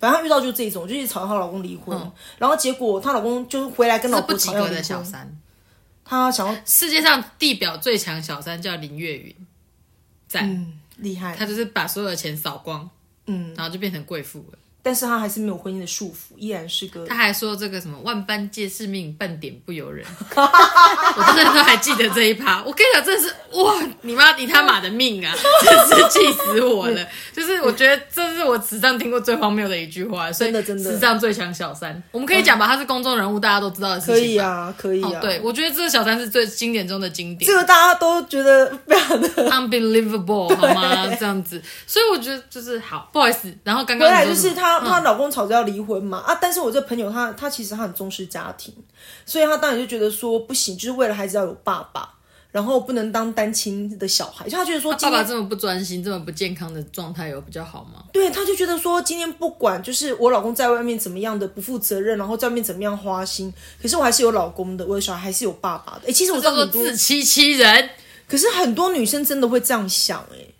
Speaker 1: 反正她遇到就这种，就一直吵着她老公离婚，然后结果她老公就回来跟老
Speaker 3: 嗯这
Speaker 1: 婆
Speaker 3: 不及
Speaker 1: 吵要
Speaker 3: 格
Speaker 1: 离
Speaker 3: 的小
Speaker 1: 婚。
Speaker 3: 三，
Speaker 1: 她想要
Speaker 3: 世界上地表最强小三叫林月云，在、
Speaker 1: 嗯厉害，
Speaker 3: 她就是把所有的钱扫光，嗯，然后就变成贵妇了。
Speaker 1: 但是她还是没有婚姻的束缚，依然是个
Speaker 3: 她还说这个什么万般皆是命，半点不由人。 我真的都还记得这一趴。我跟你讲，真的是哇，你妈你他妈的 命啊！真是气死我了。就是我觉得这是我史上听过最荒谬的一句话，所以
Speaker 1: 真的真的
Speaker 3: 史上最强小三，我们可以讲吧，她是公众人物，大家都知道的事情。
Speaker 1: 可以，啊，可以
Speaker 3: 哦
Speaker 1: 啊，，
Speaker 3: 对，我觉得这个小三是最经典中的经典
Speaker 1: 这。个大家都觉得非常 的。
Speaker 3: unbelievable 好吗？这样子，所以我觉得就是好，不好意思。然后刚刚
Speaker 1: 回来
Speaker 3: 你
Speaker 1: 就
Speaker 3: 说什
Speaker 1: 是
Speaker 3: 么
Speaker 1: 她，她老公吵着要离婚嘛啊！但是我这朋友她，她其实她很重视家庭，所以她当然就觉得说不行，就是为了孩子要有爸爸，然后不能当单亲的小孩，就她觉得说今
Speaker 3: 爸
Speaker 1: 天
Speaker 3: 爸这么不专心、这么不健康的状态有比较好吗？
Speaker 1: 对，他就觉得说，今天不管就是我老公在外面怎么样的不负责任，然后在外面怎么样花心，可是我还是有老公的，我的小孩还是有爸爸的。哎、其实我知道
Speaker 3: 叫做
Speaker 1: 很多，
Speaker 3: 自欺欺人。
Speaker 1: 可是很多女生真的会这样想哎、诶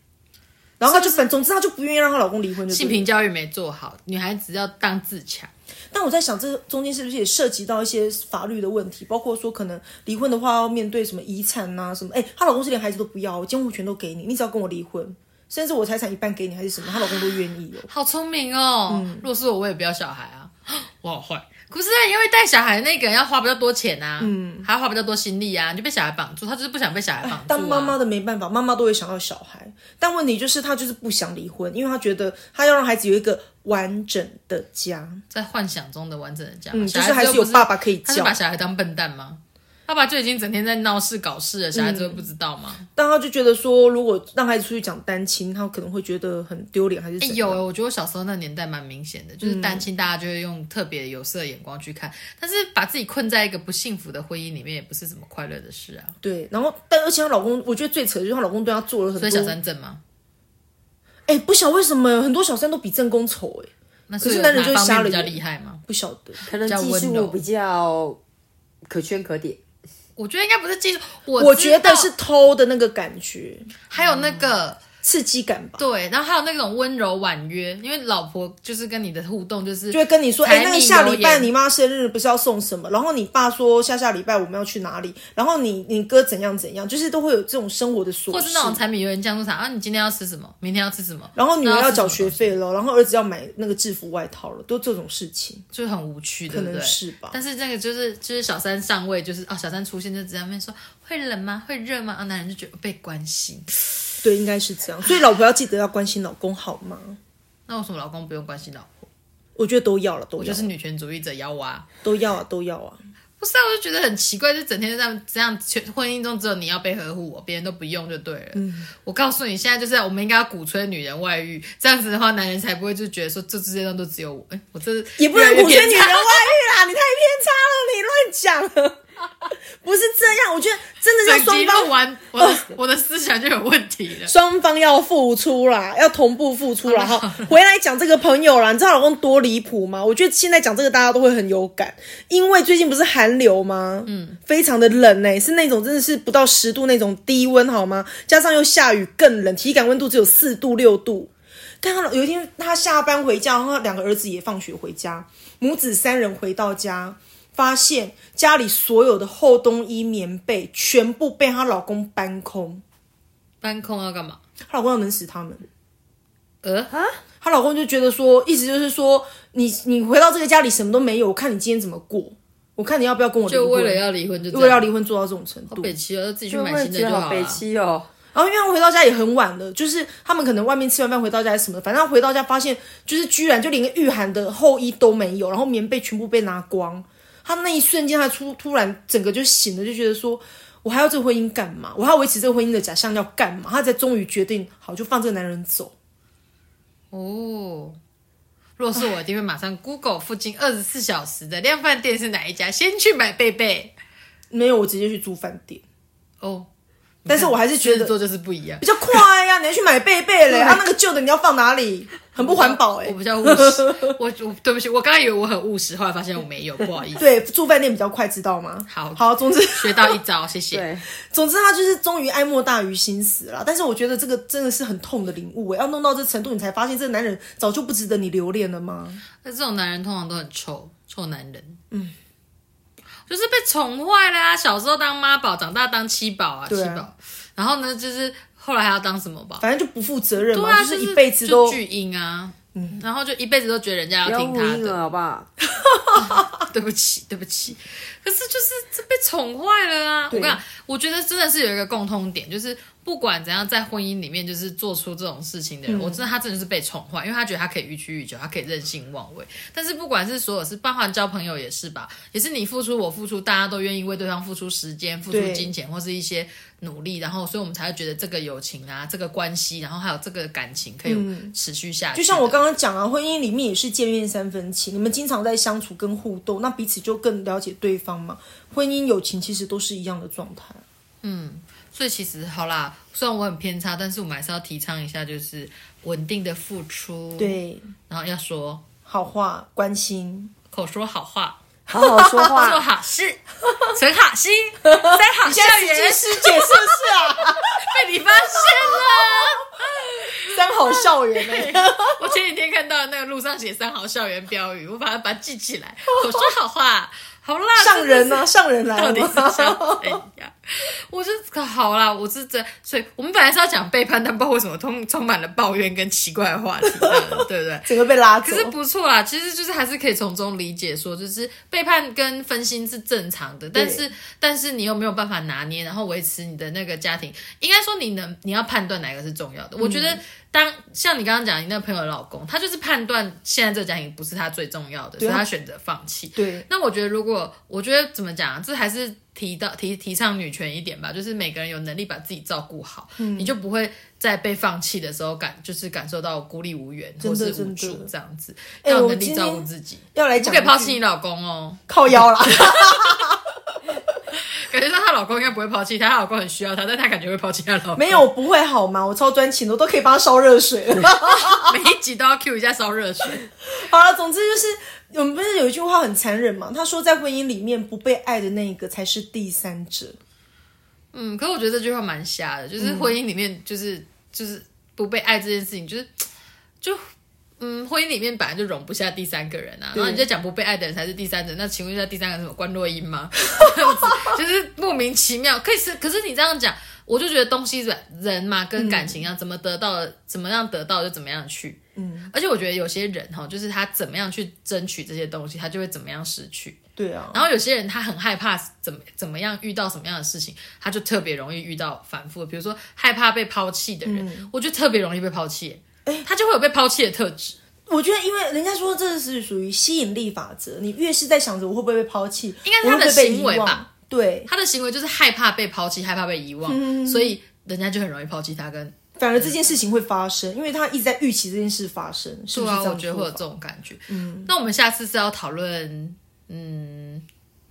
Speaker 1: 然后她就反，总之她就不愿意让她老公离婚就
Speaker 3: 性
Speaker 1: 对了。
Speaker 3: 平教育没做好，女孩子要当自强。
Speaker 1: 但我在想，这中间是不是也涉及到一些法律的问题，包括说可能离婚的话要面对什么遗产呐、什么？哎、她老公是连孩子都不要，我监护权都给你，你只要跟我离婚，甚至我财产一半给你还是什么，她老公都愿意哦。
Speaker 3: 好聪明哦！
Speaker 1: 嗯
Speaker 3: 如果是我，我也不要小孩啊， 我好坏。可是因为带小孩那个人要花比较多钱啊，嗯，还要花比较多心力啊，你就被小孩绑住，他就是不想被小孩绑住、啊。
Speaker 1: 当妈妈的没办法，妈妈都会想要小孩，但问题就是她就是不想离婚，因为她觉得她要让孩子有一个完整的家，
Speaker 3: 在幻想中的完整的家，
Speaker 1: 嗯，
Speaker 3: 小
Speaker 1: 就是还
Speaker 3: 孩子
Speaker 1: 是
Speaker 3: 又
Speaker 1: 有
Speaker 3: 不
Speaker 1: 爸爸可以
Speaker 3: 他是
Speaker 1: 教
Speaker 3: 把，小孩当笨蛋吗？爸爸就已经整天在闹事搞事了，小孩子会不知道吗？
Speaker 1: 但她就觉得说，如果让孩子出去讲单亲，她可能会觉得嗯很丢脸，还是怎
Speaker 3: 哎、
Speaker 1: 样
Speaker 3: 有、欸，我觉得我小时候那年代蛮明显的，就是单亲，大家就会用特别有色的眼光去看，但是把自己困在一个不幸福的婚姻里面，也不是什么快乐的事啊。
Speaker 1: 对，然后但而且她老公，我觉得最扯的就是她老公对她做了很多，
Speaker 3: 所以小三正吗？
Speaker 1: 哎、不晓得为什么很多小三都比正宫丑哎、
Speaker 3: 那
Speaker 1: 可是
Speaker 3: 有
Speaker 1: 男人
Speaker 3: 哪
Speaker 1: 就是
Speaker 3: 方
Speaker 1: 瞎了
Speaker 3: 面比较
Speaker 1: 眼
Speaker 3: 厉害吗？
Speaker 1: 不晓得。
Speaker 2: 可能
Speaker 3: 比较
Speaker 2: 技
Speaker 3: 温
Speaker 2: 术
Speaker 3: 柔
Speaker 2: 比较可圈可点。
Speaker 3: 我觉得应该不是技术，我
Speaker 1: 我
Speaker 3: 我
Speaker 1: 觉得是偷的那个感觉，
Speaker 3: 还有那个。
Speaker 1: 刺激感吧，
Speaker 3: 对，然后还有那种温柔婉约，因为老婆就是跟你的互动就是
Speaker 1: 就会跟你说，哎、
Speaker 3: 柴
Speaker 1: 那
Speaker 3: 米
Speaker 1: 个下礼拜
Speaker 3: 油盐
Speaker 1: 你妈生日不是要送什么？然后你爸说下下礼拜我们要去哪里？然后你你哥怎样怎样，就是都会有这种生活的琐事，
Speaker 3: 或是那种柴米油盐酱醋茶啊，你今天要吃什么，明天要吃什么，
Speaker 1: 然后女儿
Speaker 3: 那
Speaker 1: 要
Speaker 3: 吃什
Speaker 1: 缴
Speaker 3: 么
Speaker 1: 学费了，然后儿子要买那个制服外套了，都这种事情。
Speaker 3: 就很无趣，对
Speaker 1: 可
Speaker 3: 不对？
Speaker 1: 能是吧
Speaker 3: 但是这个就是就是小三上位，就是哦，小三出现就直接在那边说会冷吗？会热吗？啊，男人就觉得被关心。
Speaker 1: 对，应该是这样。所以老婆要记得要关心老公，好吗？
Speaker 3: 那为什么老公不用关心老婆？
Speaker 1: 我觉得都要了，都
Speaker 3: 我
Speaker 1: 要
Speaker 3: 就是女权主义者要哇。
Speaker 1: 都要啊，都要啊。
Speaker 3: 不是啊，我就觉得很奇怪，就整天就这样这样，全婚姻中只有你要被呵护我，别人都不用就对了。
Speaker 1: 嗯
Speaker 3: 我告诉你，现在就是我们应该要鼓吹女人外遇，这样子的话，男人才不会就觉得说这世界上都只有我。哎，我这
Speaker 1: 也不能鼓吹女人外
Speaker 3: 外。
Speaker 1: 遇啦，你太偏差了，你乱讲了。 不是这样，我觉得真的是
Speaker 3: 整集
Speaker 1: 双
Speaker 3: 录
Speaker 1: 方
Speaker 3: 完，我的我的思想就有问题 了。
Speaker 1: 双方要付出啦，要同步付出啦。哈，回来讲这个朋友啦，你知道老公多离谱吗？我觉得现在讲这个大家都会很有感，因为最近不是寒流吗？嗯，非常的冷呢、是那种真的是不到十度那种低温好吗？加上又下雨更冷，体感温度只有四度六度。但他有一天他下班回家，然后两个儿子也放学回家，母子三人回到家，发现家里所有的厚冬衣、棉被全部被她老公搬空。
Speaker 3: 搬空
Speaker 1: 啊
Speaker 3: 要干嘛？
Speaker 1: 她老公要冷死他们。
Speaker 3: 呃啊，
Speaker 1: 她老公就觉得说，意思就是说，你你回到这个家里什么都没有，我看你今天怎么过，我看你要不要跟我离
Speaker 3: 就
Speaker 1: 婚
Speaker 3: 为了要离婚就这样
Speaker 1: 为了要离婚做到这种程度。
Speaker 3: 北齐了，自己去
Speaker 2: 我
Speaker 3: 买
Speaker 2: 也
Speaker 3: 新的
Speaker 2: 觉
Speaker 3: 就
Speaker 2: 得
Speaker 3: 好
Speaker 2: 好悲
Speaker 3: 了。
Speaker 2: 戚哦。
Speaker 1: 然后因为他们回到家也很晚了，就是他们可能外面吃完饭回到家什么的，反正回到家发现就是居然就连个御寒的厚衣都没有，然后棉被全部被拿光。他那一瞬间，他突突然整个就醒了，就觉得说。我还要这个婚姻干嘛？我还要维持这个婚姻的假象要干嘛？他才终于决定，好就放这个男人走。
Speaker 3: 哦，若是我，一定会马上 Google 附近二十四小时的量贩店是哪一家，先去买贝贝。
Speaker 1: 没有，我直接去住饭店。
Speaker 3: 哦，
Speaker 1: 但是我还是觉
Speaker 3: 狮子
Speaker 1: 得
Speaker 3: 座就是 不一样
Speaker 1: 比，较快呀、你要去买贝贝嘞，啊，那个旧的你要放哪里？很不环保哎、
Speaker 3: 我比较务实。我我对不起，我刚刚以为我很务实，后来发现我没有，不好意思。
Speaker 1: 对，住饭店比较快，知道吗？
Speaker 3: 好
Speaker 1: 好，总之
Speaker 3: 学到一招，谢谢。
Speaker 2: 对，
Speaker 1: 总之，他就是终于哀莫大于心死了。但是我觉得这个真的是很痛的领悟哎、要弄到这程度，你才发现这个男人早就不值得你留恋了吗？
Speaker 3: 那这种男人通常都很臭，臭男人。嗯， 就是被宠坏了啊！小时候当妈宝，长大当七宝啊，
Speaker 1: 对
Speaker 3: 七
Speaker 1: 啊
Speaker 3: 宝。然后呢，就是后来还要当什么宝？
Speaker 1: 反正就不负责任
Speaker 3: 对
Speaker 1: 嘛，
Speaker 3: 啊，
Speaker 1: 就是一辈子都
Speaker 3: 就巨婴啊，嗯，然后就一辈子都觉得人家
Speaker 2: 不
Speaker 3: 要
Speaker 2: 要
Speaker 3: 听
Speaker 2: 误
Speaker 3: 他
Speaker 2: 应
Speaker 3: 的
Speaker 2: 了，，好不好？
Speaker 3: 对不起，对不起。可是就是这被宠坏了啊！我
Speaker 1: 对
Speaker 3: 跟你讲，我觉得真的是有一个共通点，就是不管怎样，在婚姻里面就是做出这种事情
Speaker 1: 嗯
Speaker 3: 的人，我真的他真的是被宠坏，因为他觉得他可以予取予求，他可以任性妄为。但是不管是所有事，包含交朋友也是吧，也是你付出，我付出，大家都愿意为对方付出时间、付出
Speaker 1: 对
Speaker 3: 金钱或是一些努力，然后所以我们才会觉得这个友情啊、这个关系，然后还有这个感情可以持续下去的。
Speaker 1: 嗯就像我刚刚讲啊，婚姻里面也是见面三分情，你们经常在相处跟互动，那彼此就更了解对方嘛。婚姻、友情其实都是一样的状态。
Speaker 3: 所以其实好啦，虽然我很偏差，但是我们还是要提倡一下，就是稳定的付出，，
Speaker 1: 对，
Speaker 3: 然后要说
Speaker 1: 好话、关心，
Speaker 3: 口说好话，
Speaker 2: 好好说
Speaker 3: 做
Speaker 2: 话，
Speaker 3: 好事，存好心，三好校园，
Speaker 1: 师姐是不是啊？
Speaker 3: 被你发现
Speaker 1: 三好校园哎、
Speaker 3: 了。我前几天看到那个路上写三好校园标语，我把它把它记起来，口说好话，好啦，
Speaker 1: 上人
Speaker 3: 呢、
Speaker 1: 啊， 上人来
Speaker 3: 到
Speaker 1: 了
Speaker 3: 底
Speaker 1: 吗
Speaker 3: 是想怎样？我是好啦，我是真，所以我们本来是要讲背叛，但不知道为什么充充满了抱怨跟奇怪的话题，这样对不对？
Speaker 1: 整个被拉走
Speaker 3: 可。是不错啦，啊其实就是还是可以从中理解说，就是背叛跟分心是正常的，但是但是你又没有办法拿捏，然后维持你的那个家庭，应该说你能你要判断哪个是重要的。我觉得当像你刚刚讲你那朋友的老公，他就是判断现在这个家庭不是他最重要的，所以
Speaker 1: 啊
Speaker 3: 他选择放弃。
Speaker 1: 对，
Speaker 3: 那我觉得，如果我觉得怎么讲啊，这还是提到提提倡女权一点吧，就是每个人有能力把自己照顾好，
Speaker 1: 嗯
Speaker 3: 你就不会在被放弃的时候感就是感受到孤立无援
Speaker 1: 真
Speaker 3: 或
Speaker 1: 的
Speaker 3: 是无
Speaker 1: 真
Speaker 3: 助
Speaker 1: 的
Speaker 3: 这样子，
Speaker 1: 哎
Speaker 3: 要有
Speaker 1: 我
Speaker 3: 能力
Speaker 1: 今
Speaker 3: 照顾
Speaker 1: 天
Speaker 3: 自己，
Speaker 1: 要来
Speaker 3: 不
Speaker 1: 讲
Speaker 3: 可以
Speaker 1: 一
Speaker 3: 抛
Speaker 1: 句
Speaker 3: 弃你老公哦。
Speaker 1: 靠腰啦。
Speaker 3: 感觉到她老公应该不会抛弃她，她老公很需要她，但她感觉会抛弃她老 公。
Speaker 1: 没有，我不会好吗？我超专情的，我都可以帮他烧热水了。
Speaker 3: 每一集都要 Q 一下烧热水。
Speaker 1: 好了，总之就是我们不是有一句话很残忍嘛？他说，在婚姻里面不被爱的那一个才是第三者。
Speaker 3: 嗯，可是我觉得这句话蛮瞎的，就是婚姻里面就是、就是不被爱这件事情，就是就嗯，婚姻里面本来就容不下第三个人啊。然后你就讲不被爱的人才是第三者，那请问一下，第三个是什么关若英吗？ 这样子就是莫名其妙。可以是，可是你这样讲，我就觉得东西软人嘛，跟感情一啊样，怎么得到的，怎么样得到就怎么样去。嗯，而且我觉得有些人哈，就是他怎么样去争取这些东西，他就会怎么样失去。
Speaker 1: 对啊，
Speaker 3: 然后有些人他很害怕怎么怎么样遇到什么样的事情，他就特别容易遇到反复的，比如说害怕被抛弃的人，我就特别容易被抛弃，他就会有被抛弃的特质。
Speaker 1: 我觉得，因为人家说这是属于吸引力法则，你越是在想着我会不会被抛弃，
Speaker 3: 应该是
Speaker 1: 我
Speaker 3: 他的
Speaker 1: 会不会被
Speaker 3: 行为
Speaker 1: 遗忘
Speaker 3: 吧。
Speaker 1: 对，
Speaker 3: 他的行为就是害怕被抛弃，害怕被遗忘，所以人家就很容易抛弃他跟。
Speaker 1: 反而这件事情会发生，因为他一直在预期这件事发生，是
Speaker 3: 对
Speaker 1: 不是
Speaker 3: 啊，
Speaker 1: 这
Speaker 3: 我
Speaker 1: 样
Speaker 3: 觉得
Speaker 1: 说
Speaker 3: 会有这种感觉。嗯，那我们下次是要讨论，嗯，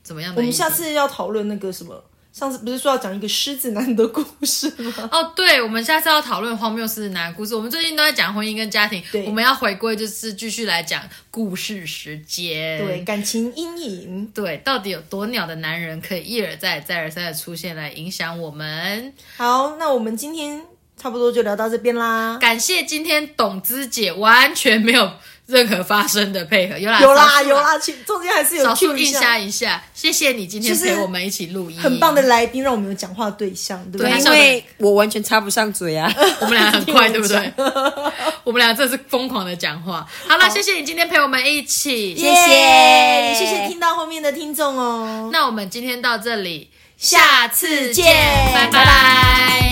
Speaker 3: 怎么样的？
Speaker 1: 我们下次要讨论那个什么，上次不是说要讲一个狮子男的故事吗？
Speaker 3: 哦，对，我们下次要讨论荒谬事男故事。我们最近都在讲婚姻跟家庭，
Speaker 1: 对
Speaker 3: 我们要回归就是继续来讲故事时间。
Speaker 1: 对，感情阴影。
Speaker 3: 对，到底有多鸟的男人可以一而再、再而三的出现来影响我们？
Speaker 1: 好，那我们今天差不多就聊到这边啦。
Speaker 3: 感谢今天董姿姐完全没有任何发声的配合，有啦
Speaker 1: 有啦
Speaker 3: 少数
Speaker 1: 有，啦，其中间还是有
Speaker 3: 少
Speaker 1: cue
Speaker 3: 数
Speaker 1: 一
Speaker 3: 印
Speaker 1: 下
Speaker 3: 下一下，谢谢你今天
Speaker 1: 就是
Speaker 3: 陪我们一起录音，
Speaker 1: 很棒的，来宾，让我们有讲话对象，对不
Speaker 3: 对
Speaker 1: 对？
Speaker 2: 因为我完全插不上嘴啊。
Speaker 3: 我们俩很快，对
Speaker 1: 听
Speaker 3: 不
Speaker 1: 我
Speaker 3: 对？ 我们俩真的是疯狂的讲话。好了，谢谢你今天陪我们一起，
Speaker 4: 谢谢
Speaker 1: 耶谢谢听到后面的听众哦。
Speaker 3: 那我们今天到这里，下次见，
Speaker 1: 见
Speaker 3: 拜拜